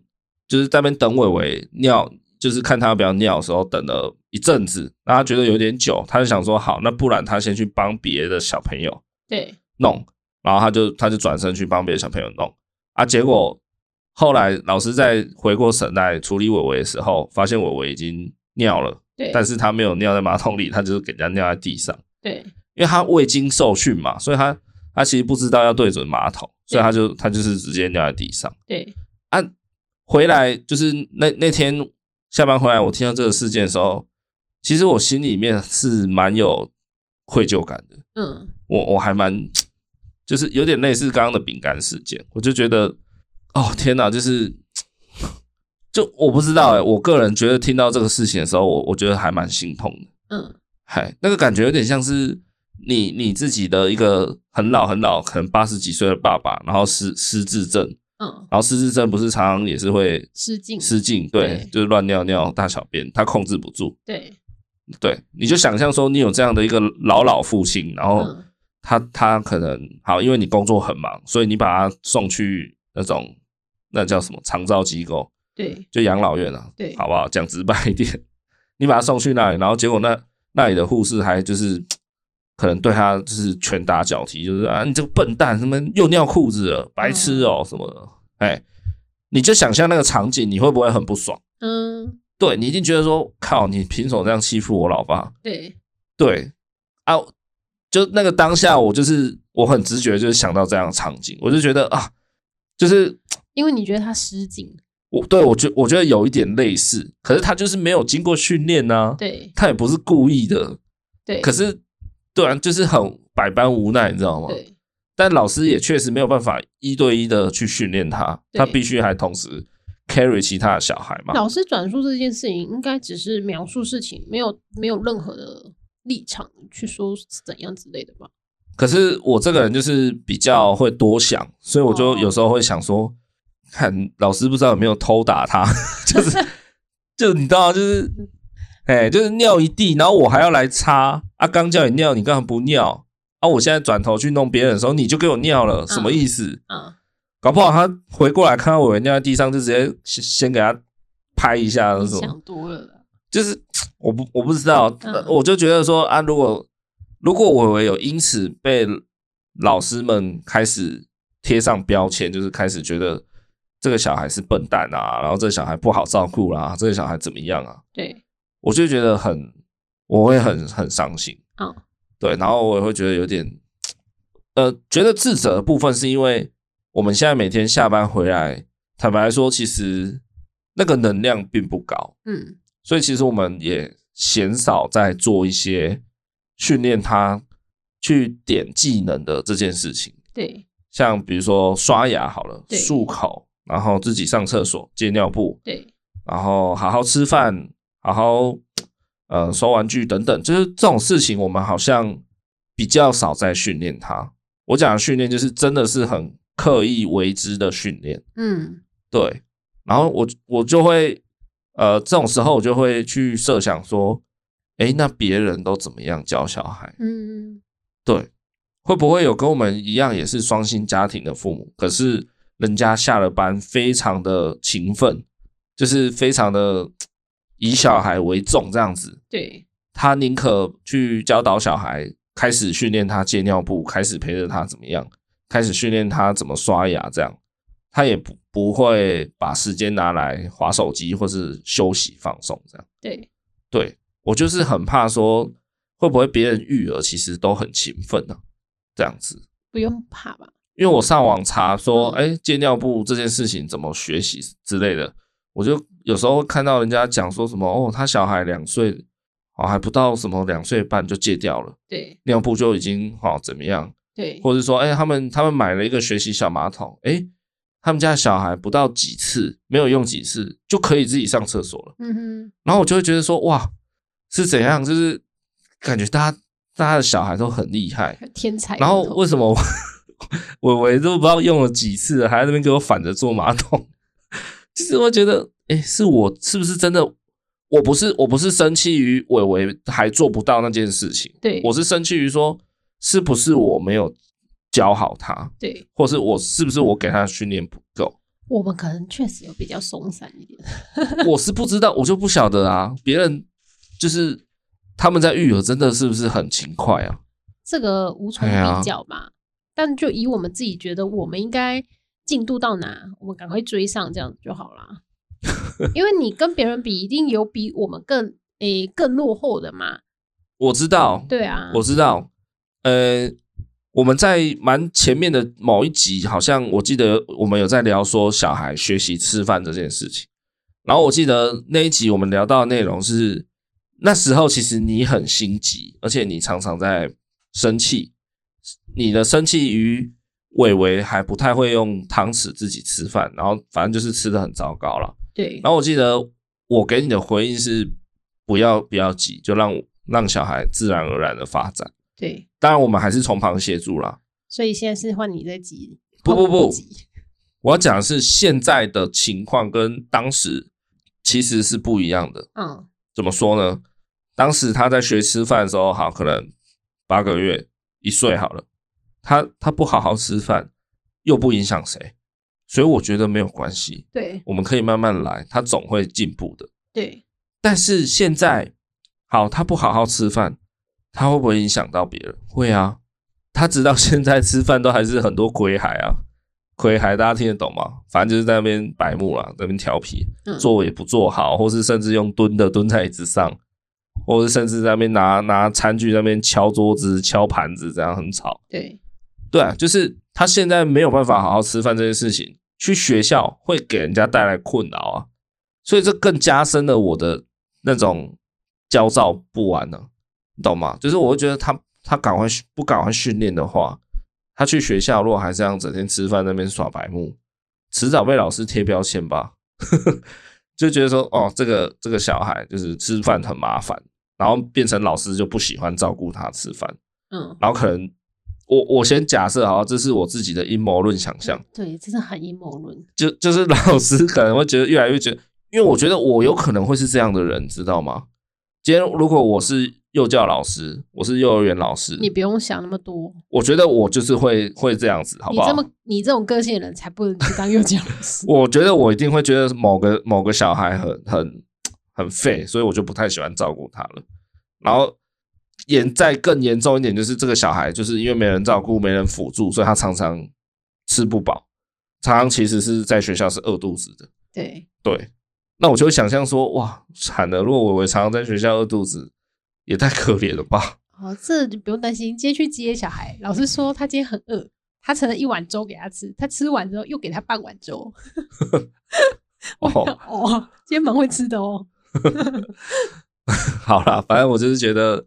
就是在那边等伟伟尿，就是看他要不要尿的时候，等了一阵子，那他觉得有点久，他就想说好，那不然他先去帮别的小朋友
对，
弄，然后他就他就转身去帮别的小朋友弄啊，结果后来老师在回过神来处理伟伟的时候，发现伟伟已经尿了，
对，
但是他没有尿在马桶里，他就是给人家尿在地上，
对，
因为他未经受训嘛，所以他他其实不知道要对准马桶，所以他就他就是直接尿在地上。
对，
啊，回来就是那那天下班回来，我听到这个事件的时候，其实我心里面是蛮有愧疚感的。
嗯，
我我还蛮，就是有点类似刚刚的饼干事件，我就觉得，哦天哪，就是，就我不知道哎、我个人觉得听到这个事情的时候，我我觉得还蛮心痛的，
嗯，
嗨，那个感觉有点像是你你自己的一个很老很老，可能八十几岁的爸爸，然后失失智症，
嗯，
然后失智症不是常常也是会
失敬，
失禁，对，
对
就是乱尿尿、大小便，他控制不住，
对，
对，你就想象说你有这样的一个老老父亲，然后。
嗯，
他他可能好，因为你工作很忙，所以你把他送去那种那叫什么长照机构，
对，
就养老院啊，
对
好不好？讲直白一点，你把他送去那里，然后结果那那里的护士还就是可能对他就是拳打脚踢，就是啊，你这个笨蛋，什么又尿裤子了，白痴
嗯
哦、什么的，哎，你就想象那个场景，你会不会很不爽？
嗯，
对你一定觉得说，靠，你凭什么这样欺负我老爸？
对，
对啊，就那个当下，我就是我很直觉，就是想到这样的场景，我就觉得啊，就是
因为你觉得他失敬，
我对我觉我觉得有一点类似，可是他就是没有经过训练呐、
对，
他也不是故意的，
对，
可是对啊，就是很百般无奈，你知道吗？
对，
但老师也确实没有办法一对一的去训练他，
对
他必须还同时 carry 其他的小孩嘛。
老师转述这件事情，应该只是描述事情，没有没有任何的立场去说是怎样之类的吧？
可是我这个人就是比较会多想，所以我就
哦
有时候会想说，看老师不知道有没有偷打他， <laughs> 就是就你知道，就是哎、就是尿一地，然后我还要来擦啊，刚叫你尿，你干嘛不尿啊？我现在转头去弄别人的时候，你就给我尿了，什么意思？
啊，
搞不好他回过来看到我尿在地上，就直接先先给他拍一下，
你
什么？
想多了啦，
就是我不我不知道，
嗯
呃我就觉得说啊，如果如果我有因此被老师们开始贴上标签，就是开始觉得这个小孩是笨蛋啊，然后这个小孩不好照顾啦、这个小孩怎么样啊，
对，
我就觉得很我会很很伤心，
嗯，
对，然后我也会觉得有点呃，觉得自责的部分是因为我们现在每天下班回来，坦白说，其实那个能量并不高。
嗯，
所以其实我们也鲜少在做一些训练他去点技能的这件事情，
对，
像比如说刷牙好了，
对
漱口，然后自己上厕所、戒尿布，
对，
然后好好吃饭，好好呃收玩具等等，就是这种事情，我们好像比较少在训练他。我讲的训练就是真的是很刻意为之的训练。
嗯，
对，然后我我就会呃，这种时候我就会去设想说，诶，那别人都怎么样教小孩？
嗯，
对，会不会有跟我们一样也是双薪家庭的父母，可是人家下了班非常的勤奋，就是非常的以小孩为重这样子，
对，
他宁可去教导小孩，开始训练他借尿布，开始陪着他怎么样，开始训练他怎么刷牙，这样他也不不会把时间拿来划手机或是休息放松这样。
对，
对我就是很怕说，会不会别人育儿其实都很勤奋呢、这样子，
不用怕吧？
因为我上网查说，
嗯
哎、借尿布这件事情怎么学习之类的，我就有时候看到人家讲说什么，哦，他小孩两岁，哦，还不到什么两岁半就戒掉了，
对
尿布就已经哦怎么样，
对
或者说，哎、他们他们买了一个学习小马桶，哎、他们家小孩不到几次，没有用几次就可以自己上厕所了。
嗯哼，
然后我就会觉得说，哇，是怎样？就是感觉大家大家的小孩都很厉害，
天才儿童。
然后为什么我我我都不知道用了几次了，还在那边给我反着坐马桶？ <laughs> 就是我觉得，哎，是我是不是真的？我不是我不是生气于伟伟还做不到那件事情，
对
我是生气于说是不是我没有教好他，
对
或是我是不是我给他的训练不够？
我们可能确实有比较松散一点。
我是不知道，我就不晓得啊。别人就是他们在育儿，真的是不是很勤快啊？
这个无从
哎呀
比较嘛。但就以我们自己觉得，我们应该进度到哪，我们赶快追上，这样就好
<laughs>
啦。因为你跟别人比，一定有比我们更诶、更落后的嘛。
我知道，
对啊，
我知道。呃，我们在蛮前面的某一集，好像我记得我们有在聊说小孩学习吃饭这件事情。然后我记得那一集我们聊到的内容是，那时候其实你很心急，而且你常常在生气，你的生气于伟伟还不太会用汤匙自己吃饭，然后反正就是吃的很糟糕了。
对
然后我记得我给你的回应是不要不要急，就让让小孩自然而然的发展。
对，
当然，我们还是从旁协助啦。
所以现在是换你在急，
不不
换我
不
急
我要讲的是现在的情况跟当时其实是不一样的。
嗯，
怎么说呢？当时他在学吃饭的时候，好，可能八个月、一岁好了，他他不好好吃饭，又不影响谁，所以我觉得没有关系，
对
我们可以慢慢来，他总会进步的。
对
但是现在，好，他不好好吃饭，他会不会影响到别人？会啊，他直到现在吃饭都还是很多亏海啊，亏海大家听得懂吗？反正就是在那边白目啦，在那边调皮，
嗯
坐也不坐好，或是甚至用蹲的蹲在椅子上，或是甚至在那边拿拿餐具在那边敲桌子、敲盘子，这样很吵。
对
对啊，就是他现在没有办法好好吃饭这件事情，去学校会给人家带来困扰啊，所以这更加深了我的那种焦躁不安呢、你懂吗？就是我会觉得他他赶快训不赶快训练的话，他去学校如果还这样整天吃饭那边耍白目，迟早被老师贴标签吧， <laughs> 就觉得说哦，这个这个小孩就是吃饭很麻烦，然后变成老师就不喜欢照顾他吃饭。
嗯，
然后可能我我先假设好，这是我自己的阴谋论想象，
对，这是很阴谋论。
就就是老师可能会觉得越来越觉得，因为我觉得我有可能会是这样的人，知道吗？今天如果我是幼教老师，我是幼儿园老师，
你不用想那么多，
我觉得我就是会会这样子，好
你
不好
这？么你这种个性的人才不能去当幼教老师。 <laughs>
我觉得我一定会觉得某个某个小孩很很很废，所以我就不太喜欢照顾他了。然后严再更严重一点，就是这个小孩就是因为没人照顾、没人辅助，所以他常常吃不饱，常常其实是在学校是饿肚子的。
对
对，那我就会想象说，哇，惨了！如果我我常常在学校饿肚子，也太可怜了吧？
哦，这就不用担心。今天去接小孩，老师说他今天很饿，他盛了一碗粥给他吃，他吃完之后又给他半碗粥。我想
哦，
<laughs> 哦，今天蛮会吃的哦。
<laughs> 好啦，反正我就是觉得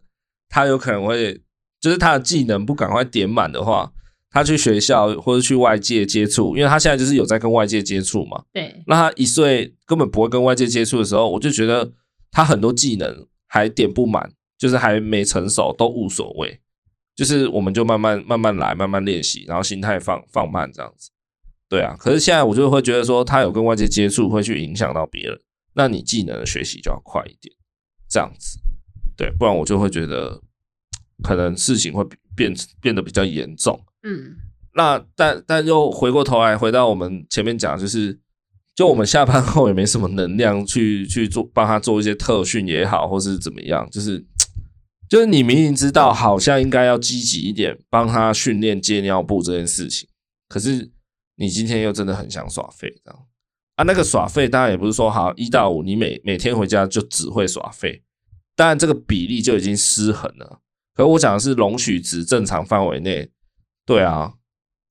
他有可能会，就是他的技能不赶快点满的话，他去学校或者去外界接触，因为他现在就是有在跟外界接触嘛。
对
那他一岁根本不会跟外界接触的时候，我就觉得他很多技能还点不满，就是还没成熟都无所谓，就是我们就慢慢慢慢来，慢慢练习，然后心态放放慢这样子。对啊，可是现在我就会觉得说，他有跟外界接触会去影响到别人，那你技能的学习就要快一点，这样子。对，不然我就会觉得可能事情会比变变得比较严重。
嗯，
那但但又回过头来，回到我们前面讲，就是就我们下班后也没什么能量去去做帮他做一些特训也好，或是怎么样，就是就是你明明知道好像应该要积极一点，帮他训练戒尿布这件事情，可是你今天又真的很想耍废这样啊？那个耍废当然也不是说好一到五你每每天回家就只会耍废，当然这个比例就已经失衡了。可我讲的是容许值正常范围内，对啊，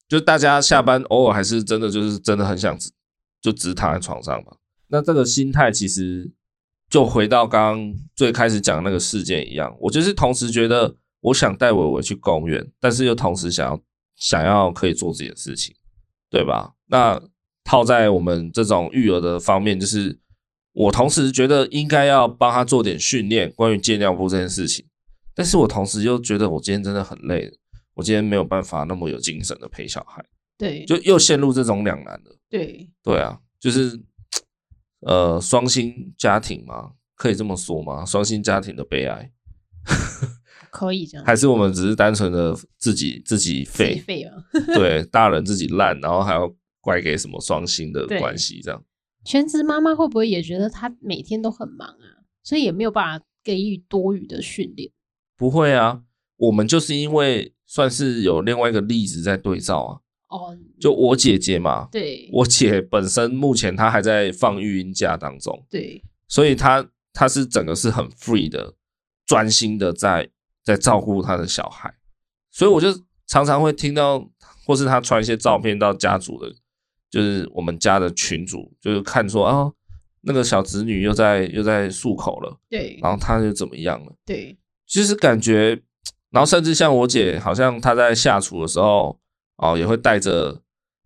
就大家下班偶尔还是真的就是真的很想只就只躺在床上嘛。那这个心态其实就回到刚刚最开始讲的那个事件一样，我就是同时觉得我想带伟伟去公园，但是又同时想要想要可以做自己的事情，对吧？那套在我们这种育儿的方面，就是我同时觉得应该要帮他做点训练，关于戒尿布这件事情，但是我同时又觉得我今天真的很累了。我今天没有办法那么有精神的陪小孩，
对，
就又陷入这种两难了。
对，
对啊，就是呃双薪家庭嘛，可以这么说吗？双薪家庭的悲哀，
可以这样，
还是我们只是单纯的自己自己废？
费啊，
对，大人自己烂，然后还要怪给什么双薪的
对
关系这样？
全职妈妈会不会也觉得她每天都很忙啊，所以也没有办法给予多余的训练？
不会啊，我们就是因为算是有另外一个例子在对照啊，
哦，
就我姐姐嘛，
对，
我姐本身目前她还在放育婴假当中。
对，
所以他他是整个是很 free 的，专心的在在照顾他的小孩，所以我就常常会听到，或是他传一些照片到家族的，就是我们家的群主，就是看说哦，那个小侄女又在又在漱口了，
对，
然后她又怎么样了，
对，
就是感觉，然后甚至像我姐，好像她在下厨的时候，哦，也会带着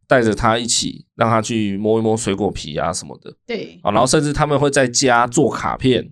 带着她一起，让她去摸一摸水果皮啊什么的。
对，
啊，然后甚至他们会在家做卡片，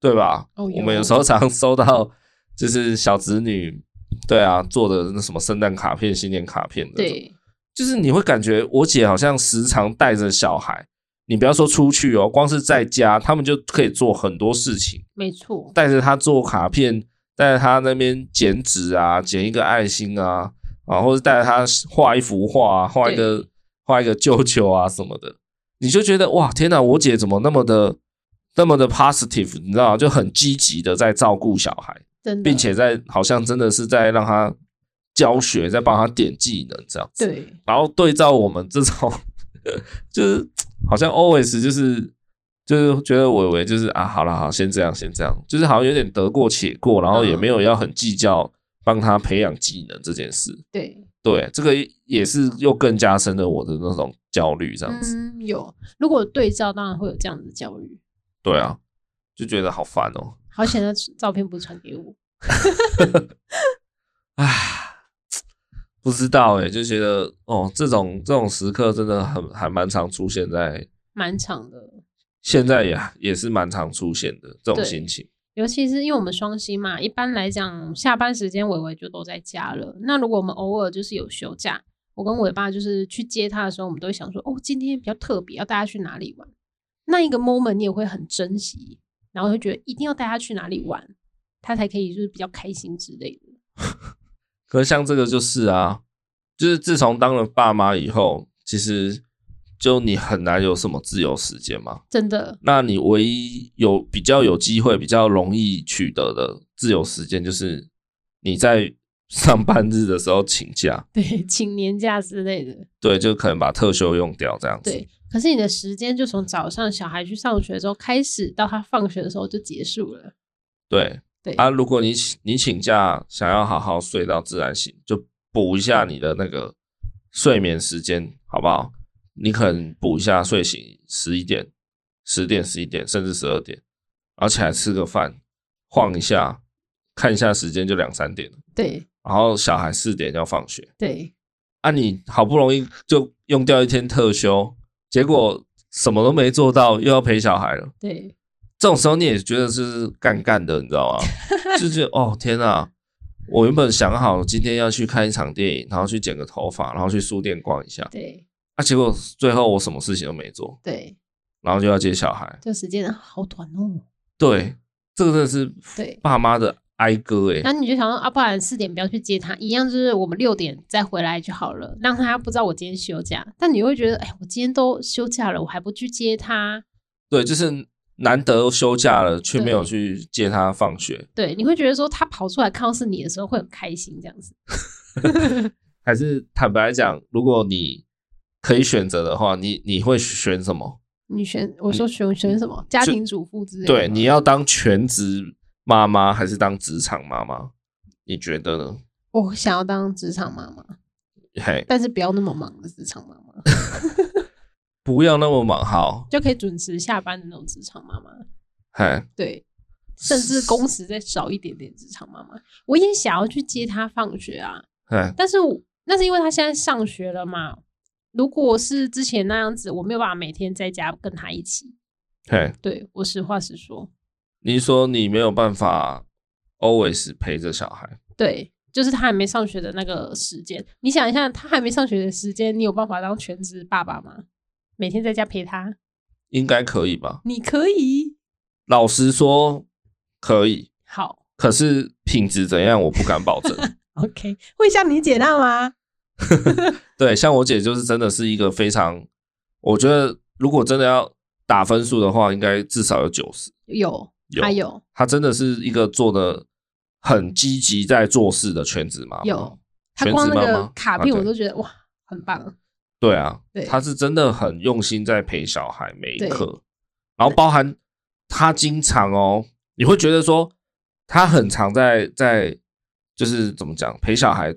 对吧？
哦
我们
有
有时候常收到，就是小侄女，对啊，做的那什么圣诞卡片、新年卡片的，，
对，
就是你会感觉我姐好像时常带着小孩，你不要说出去哦，光是在家，他们就可以做很多事情，
没错，
带着他做卡片，带着他那边剪纸啊，剪一个爱心啊，啊，或者带着他画一幅画啊，画一个画一个舅舅啊什么的，你就觉得哇，天哪，我姐怎么那么的那么的 positive，你知道吗，就很积极的在照顾小孩，
真的，
并且在好像真的是在让他教学，在帮他点技能这样子。
对，
然后对照我们这种， <laughs> 就是好像 always 就是就是觉得伟伟就是啊，好了好，先这样先这样，就是好像有点得过且过，然后
嗯
也没有要很计较帮他培养技能这件事。
对，
对，这个也是又更加深了我的那种焦虑，这样子。
嗯，有。如果对照，当然会有这样子的焦虑。
对啊，就觉得好烦哦、
好险，那照片不是传给我。
唉，不知道诶、就觉得哦，这种这种时刻真的很还蛮常出现在，
蛮长的，
现在也也是蛮常出现的这种
对
心情。
尤其是因为我们双薪嘛，一般来讲下班时间伟伟就都在家了。那如果我们偶尔就是有休假，我跟伟爸就是去接他的时候，我们都会想说，哦，今天比较特别，要带他去哪里玩？那一个 moment 你也会很珍惜，然后会觉得一定要带他去哪里玩，他才可以就是比较开心之类的。
可是像这个就是啊，就是自从当了爸妈以后，其实就你很难有什么自由时间嘛。
真的，
那你唯一有比较有机会、比较容易取得的自由时间，就是你在上班日的时候请假，
对， <laughs> 请年假之类的，
对，就可能把特休用掉这样子。
对。可是你的时间就从早上小孩去上学之后开始，到他放学的时候就结束了。
对
对
啊，如果你请你请假，想要好好睡到自然醒，就补一下你的那个睡眠时间，好不好？你可能补一下睡醒十一点、十点、十一点，甚至十二点，而且还吃个饭，晃一下，看一下时间就两三点了。
对
然后小孩四点要放学，
对，
啊，你好不容易就用掉一天特休，结果什么都没做到，又要陪小孩了。
对，
这种时候你也觉得是干干的，你知
<laughs>
道吗？就觉得哦天啊，我原本想好今天要去看一场电影，然后去剪个头发，然后去书店逛一下，
对，
啊，结果最后我什么事情都没做，
对，
然后就要接小孩。
这个时间好短哦。
对，这个真的是
对
爸妈的哀歌哎、
那你就想说啊，不然四点不要去接他，一样就是我们六点再回来就好了，让他不知道我今天休假。但你会觉得，哎，我今天都休假了，我还不去接他，
对，就是难得休假了，却没有
对
去接他放学，
对，你会觉得说他跑出来看到是你的时候会很开心，这样子。
还是坦白讲，如果你可以选择的话，你你会选什么？
你选我说选选什么？家
嗯就
庭主妇之类的吗。
对，你要当全职妈妈还是当职场妈妈？你觉得呢？
我想要当职场妈妈，
嘿，
但是不要那么忙的职场妈妈，
不要那么忙，好，
就可以准时下班的那种职场妈妈。
嘿，
对，甚至工时再少一点点，职场妈妈，我也想要去接他放学啊。
嘿，
但是我那是因为他现在上学了嘛。如果是之前那样子，我没有办法每天在家跟他一起。
嘿，
对我实话实说，
你说你没有办法 always 陪着小孩，
对，就是他还没上学的那个时间，你想一下，他还没上学的时间，你有办法当全职爸爸吗？每天在家陪他，
应该可以吧？
你可以。
老实说，可以，
好
可是品质怎样，我不敢保证。
，OK，会像你姐那吗？
对，像我姐就是真的是一个非常，我觉得如果真的要打分数的话，应该至少有九十。
有，
有
她有，
她真的是一个做的很积极在做事的全职妈妈。
有，她
全
光
职
那
妈
个
妈
卡
啊
片我
对
都觉得哇，很棒。
对啊
对，
她是真的很用心在陪小孩每一
对
刻，然后包含她经常哦，你会觉得说她很常在在就是怎么讲陪小孩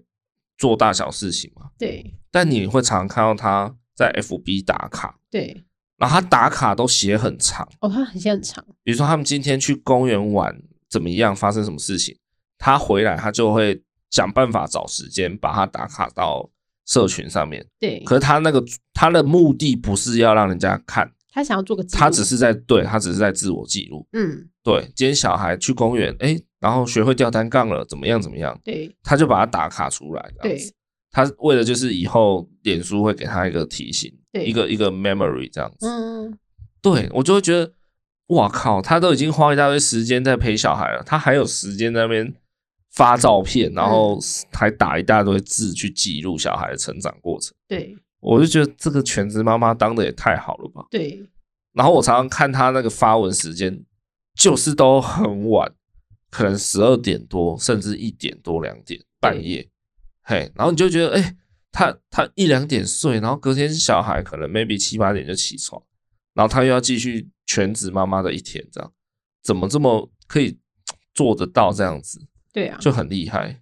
做大小事情嘛，
对
但你会常看到她在 FB 打卡。
对，
然后他打卡都写很长，
哦，她很像很长，
比如说他们今天去公园玩怎么样，发生什么事情，他回来他就会想办法找时间把它打卡到社群上面。
对，
可是他那个他的目的不是要让人家看，
她想要做个记录，
他只是在对他只是在自我记录。
嗯，
对，今天小孩去公园，哎，然后学会吊单杠了，怎么样怎么样，
对
他就把它打卡出来。这样子
对，
他为了就是以后脸书会给他一个提醒，
对
一个一个 memory 这样子。
嗯，
对我就会觉得，哇靠，他都已经花一大堆时间在陪小孩了，他还有时间在那边发照片，然后还打一大堆字去记录小孩的成长过程。
对
我就觉得这个全职妈妈当的也太好了吧。
对，
然后我常常看他那个发文时间，就是都很晚，可能十二点多，甚至一点多、两点半夜，嘿，然后你就觉得，哎、他他一两点睡，然后隔天小孩可能 maybe 七八点就起床，然后他又要继续全职妈妈的一天，这样怎么这么可以做得到这样子，
对啊，
就很厉害。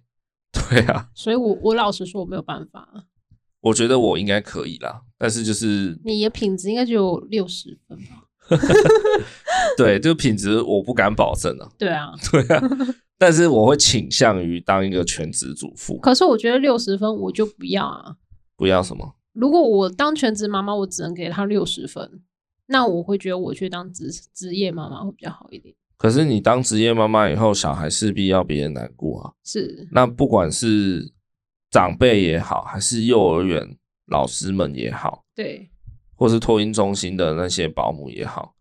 <laughs> 对啊，
所以我我老实说我没有办法，
我觉得我应该可以啦，但是就是
你的品质应该只有六十分吧？
对，就品质我不敢保证啊。<laughs>
对啊，
对啊，但是我会倾向于当一个全职主妇，
可是我觉得六十分我就不要啊。
不要什么
如果我当全职妈妈，我只能给她六十分，那我会觉得我去当职职业妈妈会比较好一点。
可是你当职业妈妈以后，小孩势必要别人难过啊。
是，
那不管是长辈也好，还是幼儿园老师们也好，
对，
或是托婴中心的那些保姆也好，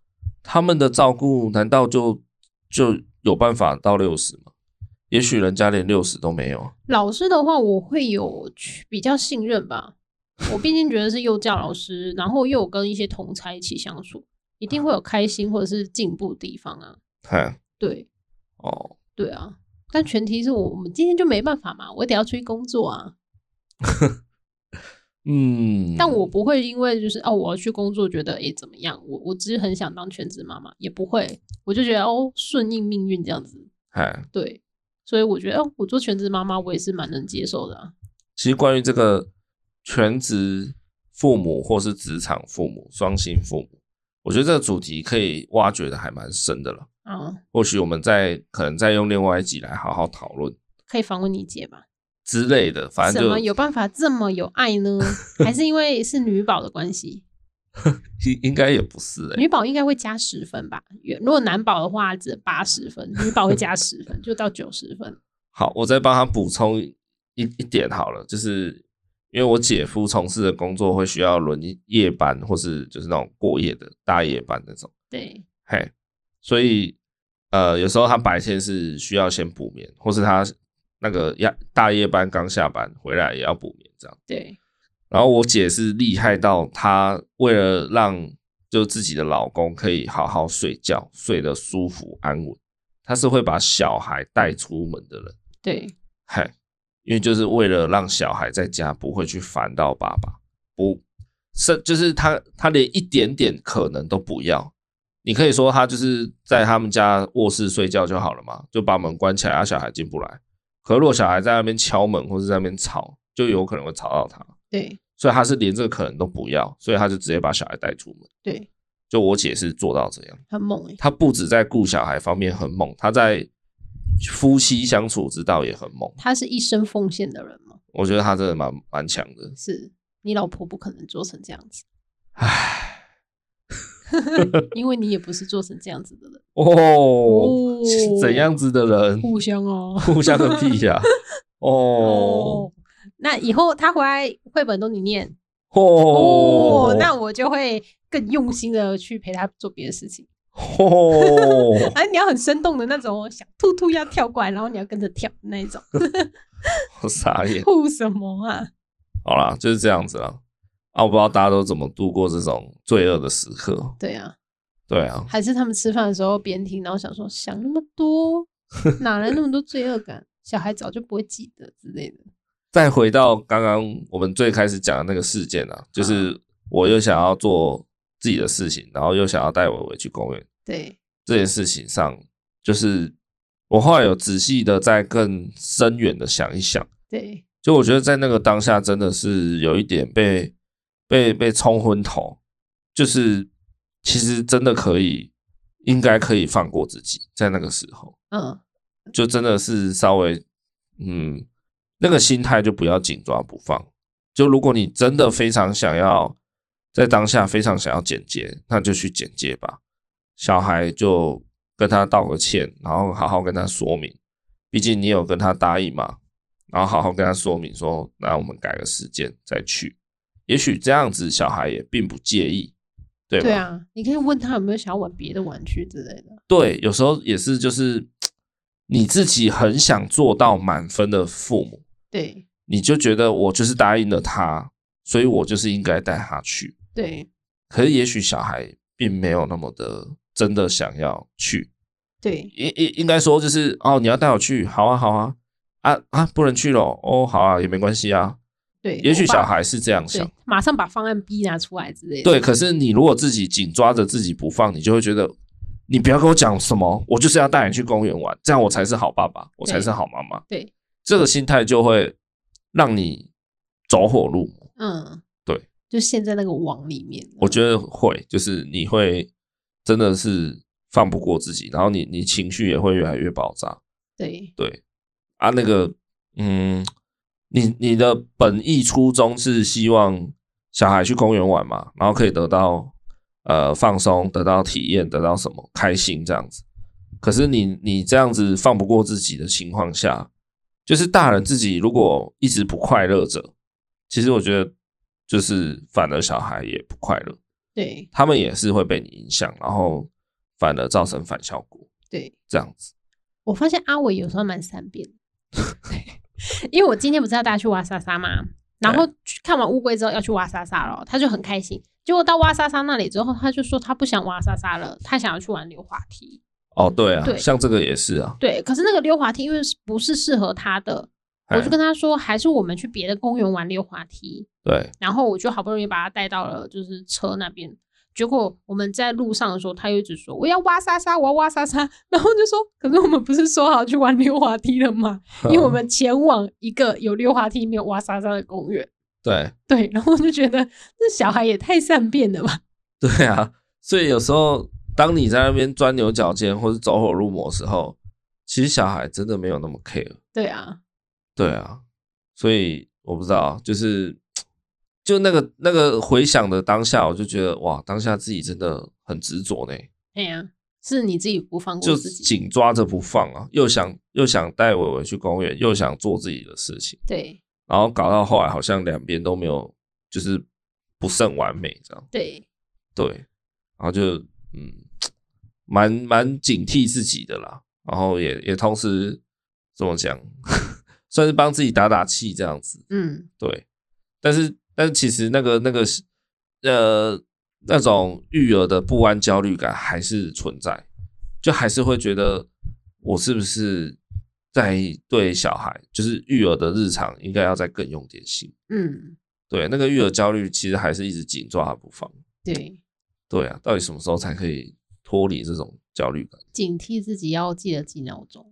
他们的照顾难道就就有办法到六十吗？也许人家连六十都没有啊。
老师的话，我会有去比较信任吧。我毕竟觉得是幼教老师，然后又有跟一些同才一起相处，一定会有开心或者是进步的地方啊。
看
对，
哦，
对啊。但前提是我我们今天就没办法嘛，我得要出去工作啊。
嗯，
但我不会因为就是哦，我要去工作，觉得诶怎么样？我我只是很想当全职妈妈，也不会，我就觉得哦顺应命运这样子。
哎，
对，所以我觉得哦，我做全职妈妈，我也是蛮能接受的、啊。
其实关于这个全职父母或是职场父母、双薪父母，我觉得这个主题可以挖掘的还蛮深的了。
嗯，
或许我们再可能再用另外一集来好好讨论
可以访问你姐吧？
之类的，反
怎
正就
么有办法这么有爱呢？还是因为是女宝的关系？
<laughs> 应应该也不是哎、
女宝应该会加十分吧？如果男宝的话只八十分，女宝会加十分，就到九十分。
好，我再帮他补充一一点好了，就是因为我姐夫从事的工作会需要轮夜班，或是就是那种过夜的大夜班那种，
对，
嘿，所以呃，有时候他白天是需要先补眠，或是他那个夜大夜班刚下班回来也要补眠这样。
对，
然后我姐是厉害到她为了让就自己的老公可以好好睡觉，睡得舒服安稳，她是会把小孩带出门的人，
对，
嗨，因为就是为了让小孩在家不会去烦到爸爸，不是就是她她连一点点可能都不要。你可以说她就是在他们家卧室睡觉就好了嘛，就把门关起来，让小孩进不来。可是如果小孩在那边敲门或是在那边吵，就有可能会吵到他。
对，
所以他是连这个可能都不要，所以他就直接把小孩带出门。
对，
就我姐是做到这样，
很猛哎、
她不止在顾小孩方面很猛，她在夫妻相处之道也很猛。
他是一生奉献的人吗？
我觉得她真的蛮蛮强的。
是你老婆不可能做成这样子，
唉，
因为你也不是做成这样子的人。
哦，
哦
是怎？样子的人？
互相哦。
互相个屁 <laughs> 呀、哦
哦，那以后他回来绘本都你念
哦，
那我就会更用心的去陪他做别的事情。
哦，
哎、你要很生动的那种哦，想兔兔要跳过来，然后你要跟着跳那一种。
<laughs> 我傻眼。
吐什么啊？
好啦，就是这样子啦。啊，我不知道大家都怎么度过这种罪恶的时刻。
对啊，
对啊，
还是他们吃饭的时候边听，然后想说想那么多，哪来那么多罪恶感？小孩早就不会记得之类的。
再回到刚刚我们最开始讲的那个事件啊，就是我又想要做自己的事情，然后又想要带伟伟去公园
对，
这件事情上，就是我后来有仔细的再更深远的想一想，
对，
就我觉得在那个当下真的是有一点被被被冲昏头，就是其实真的可以，应该可以放过自己，在那个时候。
嗯，
就真的是稍微，嗯，那个心态就不要紧抓不放。就如果你真的非常想要在当下非常想要简洁，那就去简洁吧。小孩就跟他道个歉，然后好好跟他说明，毕竟你有跟他答应嘛，然后好好跟他说明说，那我们改个时间再去，也许这样子小孩也并不介意，对吧？
对啊，你可以问他有没有想要玩别的玩具之类的。
对，有时候也是就是你自己很想做到满分的父母，
对，
你就觉得我就是答应了他，所以我就是应该带他去。
对，
可是也许小孩并没有那么的真的想要去，
对，
应应应该说就是哦，你要带我去，好啊好啊啊啊，不能去咯，哦，好啊也没关系啊。
对。
也许
我爸
小孩是这样想
对，，马上把方案 B 拿出来之类的。
对，可是你如果自己紧抓着自己不放，你就会觉得你不要跟我讲什么，我就是要带你去公园玩，这样我才是好爸爸，我才是好妈妈。
对，
这个心态就会让你走火入魔。
嗯，
对，
就陷在那个网里面。
我觉得会，就是你会真的是放不过自己，然后你你情绪也会越来越爆炸。
对，
对啊，那个嗯，你你的本意初衷是希望小孩去公园玩嘛，然后可以得到呃放松，得到体验，得到什么开心这样子。可是你你这样子放不过自己的情况下，就是大人自己如果一直不快乐着，其实我觉得就是反而小孩也不快乐，
对，
他们也是会被你影响，然后反而造成反效果
对。
这样子。
我发现阿伟有时候蛮善变的， <laughs> 因为我今天不是要带他去挖沙沙嘛，然后去看完乌龟之后要去挖沙沙了，他就很开心。结果到挖沙沙那里之后，他就说他不想挖沙沙了，他想要去玩溜滑梯。
哦，对啊，
对
像这个也是啊，
对，可是那个溜滑梯因为是不是适合他的，我
哎
就跟他说，还是我们去别的公园玩溜滑梯。
对，
然后我就好不容易把他带到了就是车那边，结果我们在路上的时候，他又一直说我要挖沙沙，我要挖沙 <laughs> 沙，然后就说可是我们不是说好去玩溜滑梯了吗？ <laughs> 因为
嗯
我们前往一个有溜滑梯没有挖沙沙的公园。
对
对，然后我就觉得这小孩也太善变了吧？
对啊，所以有时候当你在那边钻牛角尖或是走火入魔的时候，其实小孩真的没有那么 care。
对啊，
对啊，所以我不知道，就是就那个那个回想的当下，我就觉得哇，当下自己真的很执着呢，
哎呀、是你自己不放过
就
自己。
紧抓着不放啊，又想又想带伟伟去公园，又想做自己的事情，
对
然后搞到后来好像两边都没有，就是不甚完美这样。
对，
对，然后就嗯，蛮蛮警惕自己的啦，然后也也同时怎么讲， <laughs> 算是帮自己打打气这样子。
嗯，
对，但是但是其实那个那个是呃那种育儿的不安焦虑感还是存在，就还是会觉得我是不是在对小孩就是育儿的日常应该要再更用点心。
嗯，
对，那个育儿焦虑其实还是一直紧抓它不放。
对，
对啊，到底什么时候才可以脱离这种焦虑感？
警惕自己要记得记闹钟，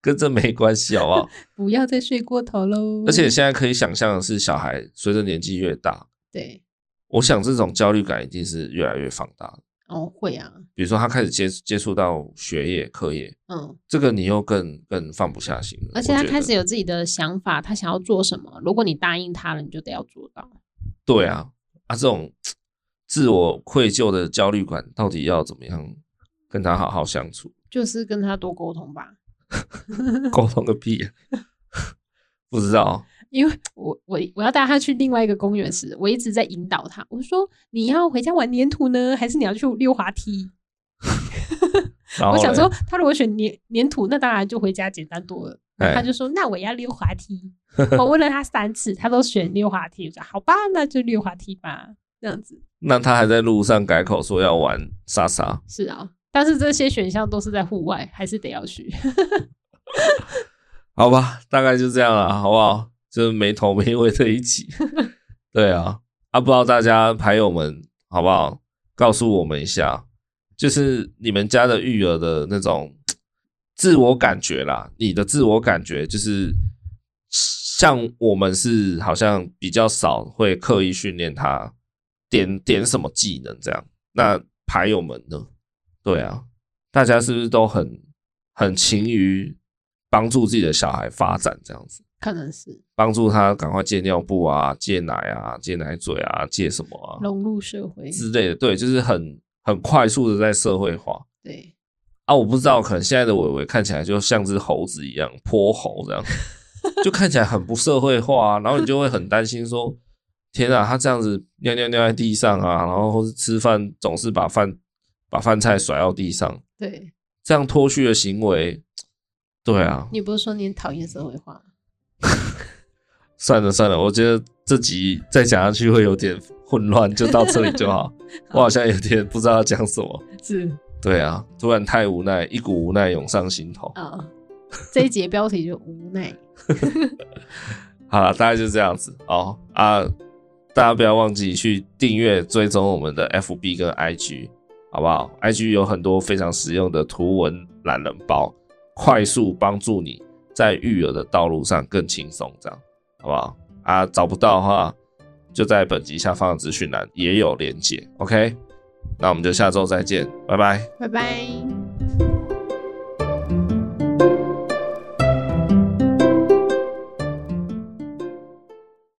跟这没关系，好不
<laughs>
好？
不要再睡过头喽。
而且现在可以想象的是，小孩随着年纪越大，
对，
我想这种焦虑感一定是越来越放大的。
哦，会啊，
比如说他开始接接触到学业、课业，
嗯，
这个你又更更放不下心了。
而且他
我觉得
开始有自己的想法，他想要做什么，如果你答应他了，你就得要做到。
对啊啊，这种嘖自我愧疚的焦虑感，到底要怎么样跟他好好相处？
就是跟他多沟通吧，
沟通个屁、啊， <laughs> 不知道。<laughs>
因为我我我要带他去另外一个公园时，我一直在引导他，我说你要回家玩粘土呢，还是你要去溜滑梯？
然后
我想
嘞
说，他如果选粘粘土，那当然就回家简单多了。
哎
他就说：“那我要溜滑
<laughs>
梯。”我问了他三次，他都选溜滑梯。我说：“好吧，那就溜滑梯吧。”这样子
那他还在路上改口说要玩莎莎，
是啊，但是这些选项都是在户外，还是得要去。 <laughs>
好吧，大概就这样了，好不好？就是没头没尾的一集。对啊，啊，不知道大家牌友们好不好？告诉我们一下，就是你们家的育儿的那种自我感觉啦，你的自我感觉就是像我们是好像比较少会刻意训练他点点什么技能这样。那牌友们呢？对啊，大家是不是都很很勤于帮助自己的小孩发展这样子，
可能是
帮助他赶快戒尿布啊、戒奶啊、戒奶嘴啊、戒什么啊
融入社会，
之类的，对，就是很很快速的在社会化
对，
啊。我不知道，可能现在的伟伟看起来就像只猴子一样，泼猴这样，就看起来很不社会化、啊，然后你就会很担心说，天啊，他这样子尿尿尿在地上啊，然后或是吃饭总是把饭把饭菜甩到地上，
对
这样脱序的行为，对啊，
你不是说你很讨厌社会化？
算了算了，我觉得这集再讲下去会有点混乱，就到这里就好。我好像有点不知道要讲什么。
是
对啊，突然太无奈，一股无奈涌上心头。
啊、这一节标题就无奈。
好了，大概就这样子哦啊！大家不要忘记去订阅、追踪我们的 FB 跟 IG，好不好？IG 有很多非常实用的图文懒人包，快速帮助你在育儿的道路上更轻松，这样好不好？啊，找不到的话，就在本集下方的资讯栏也有连结。OK，那我们就下周再见，拜拜。
拜拜。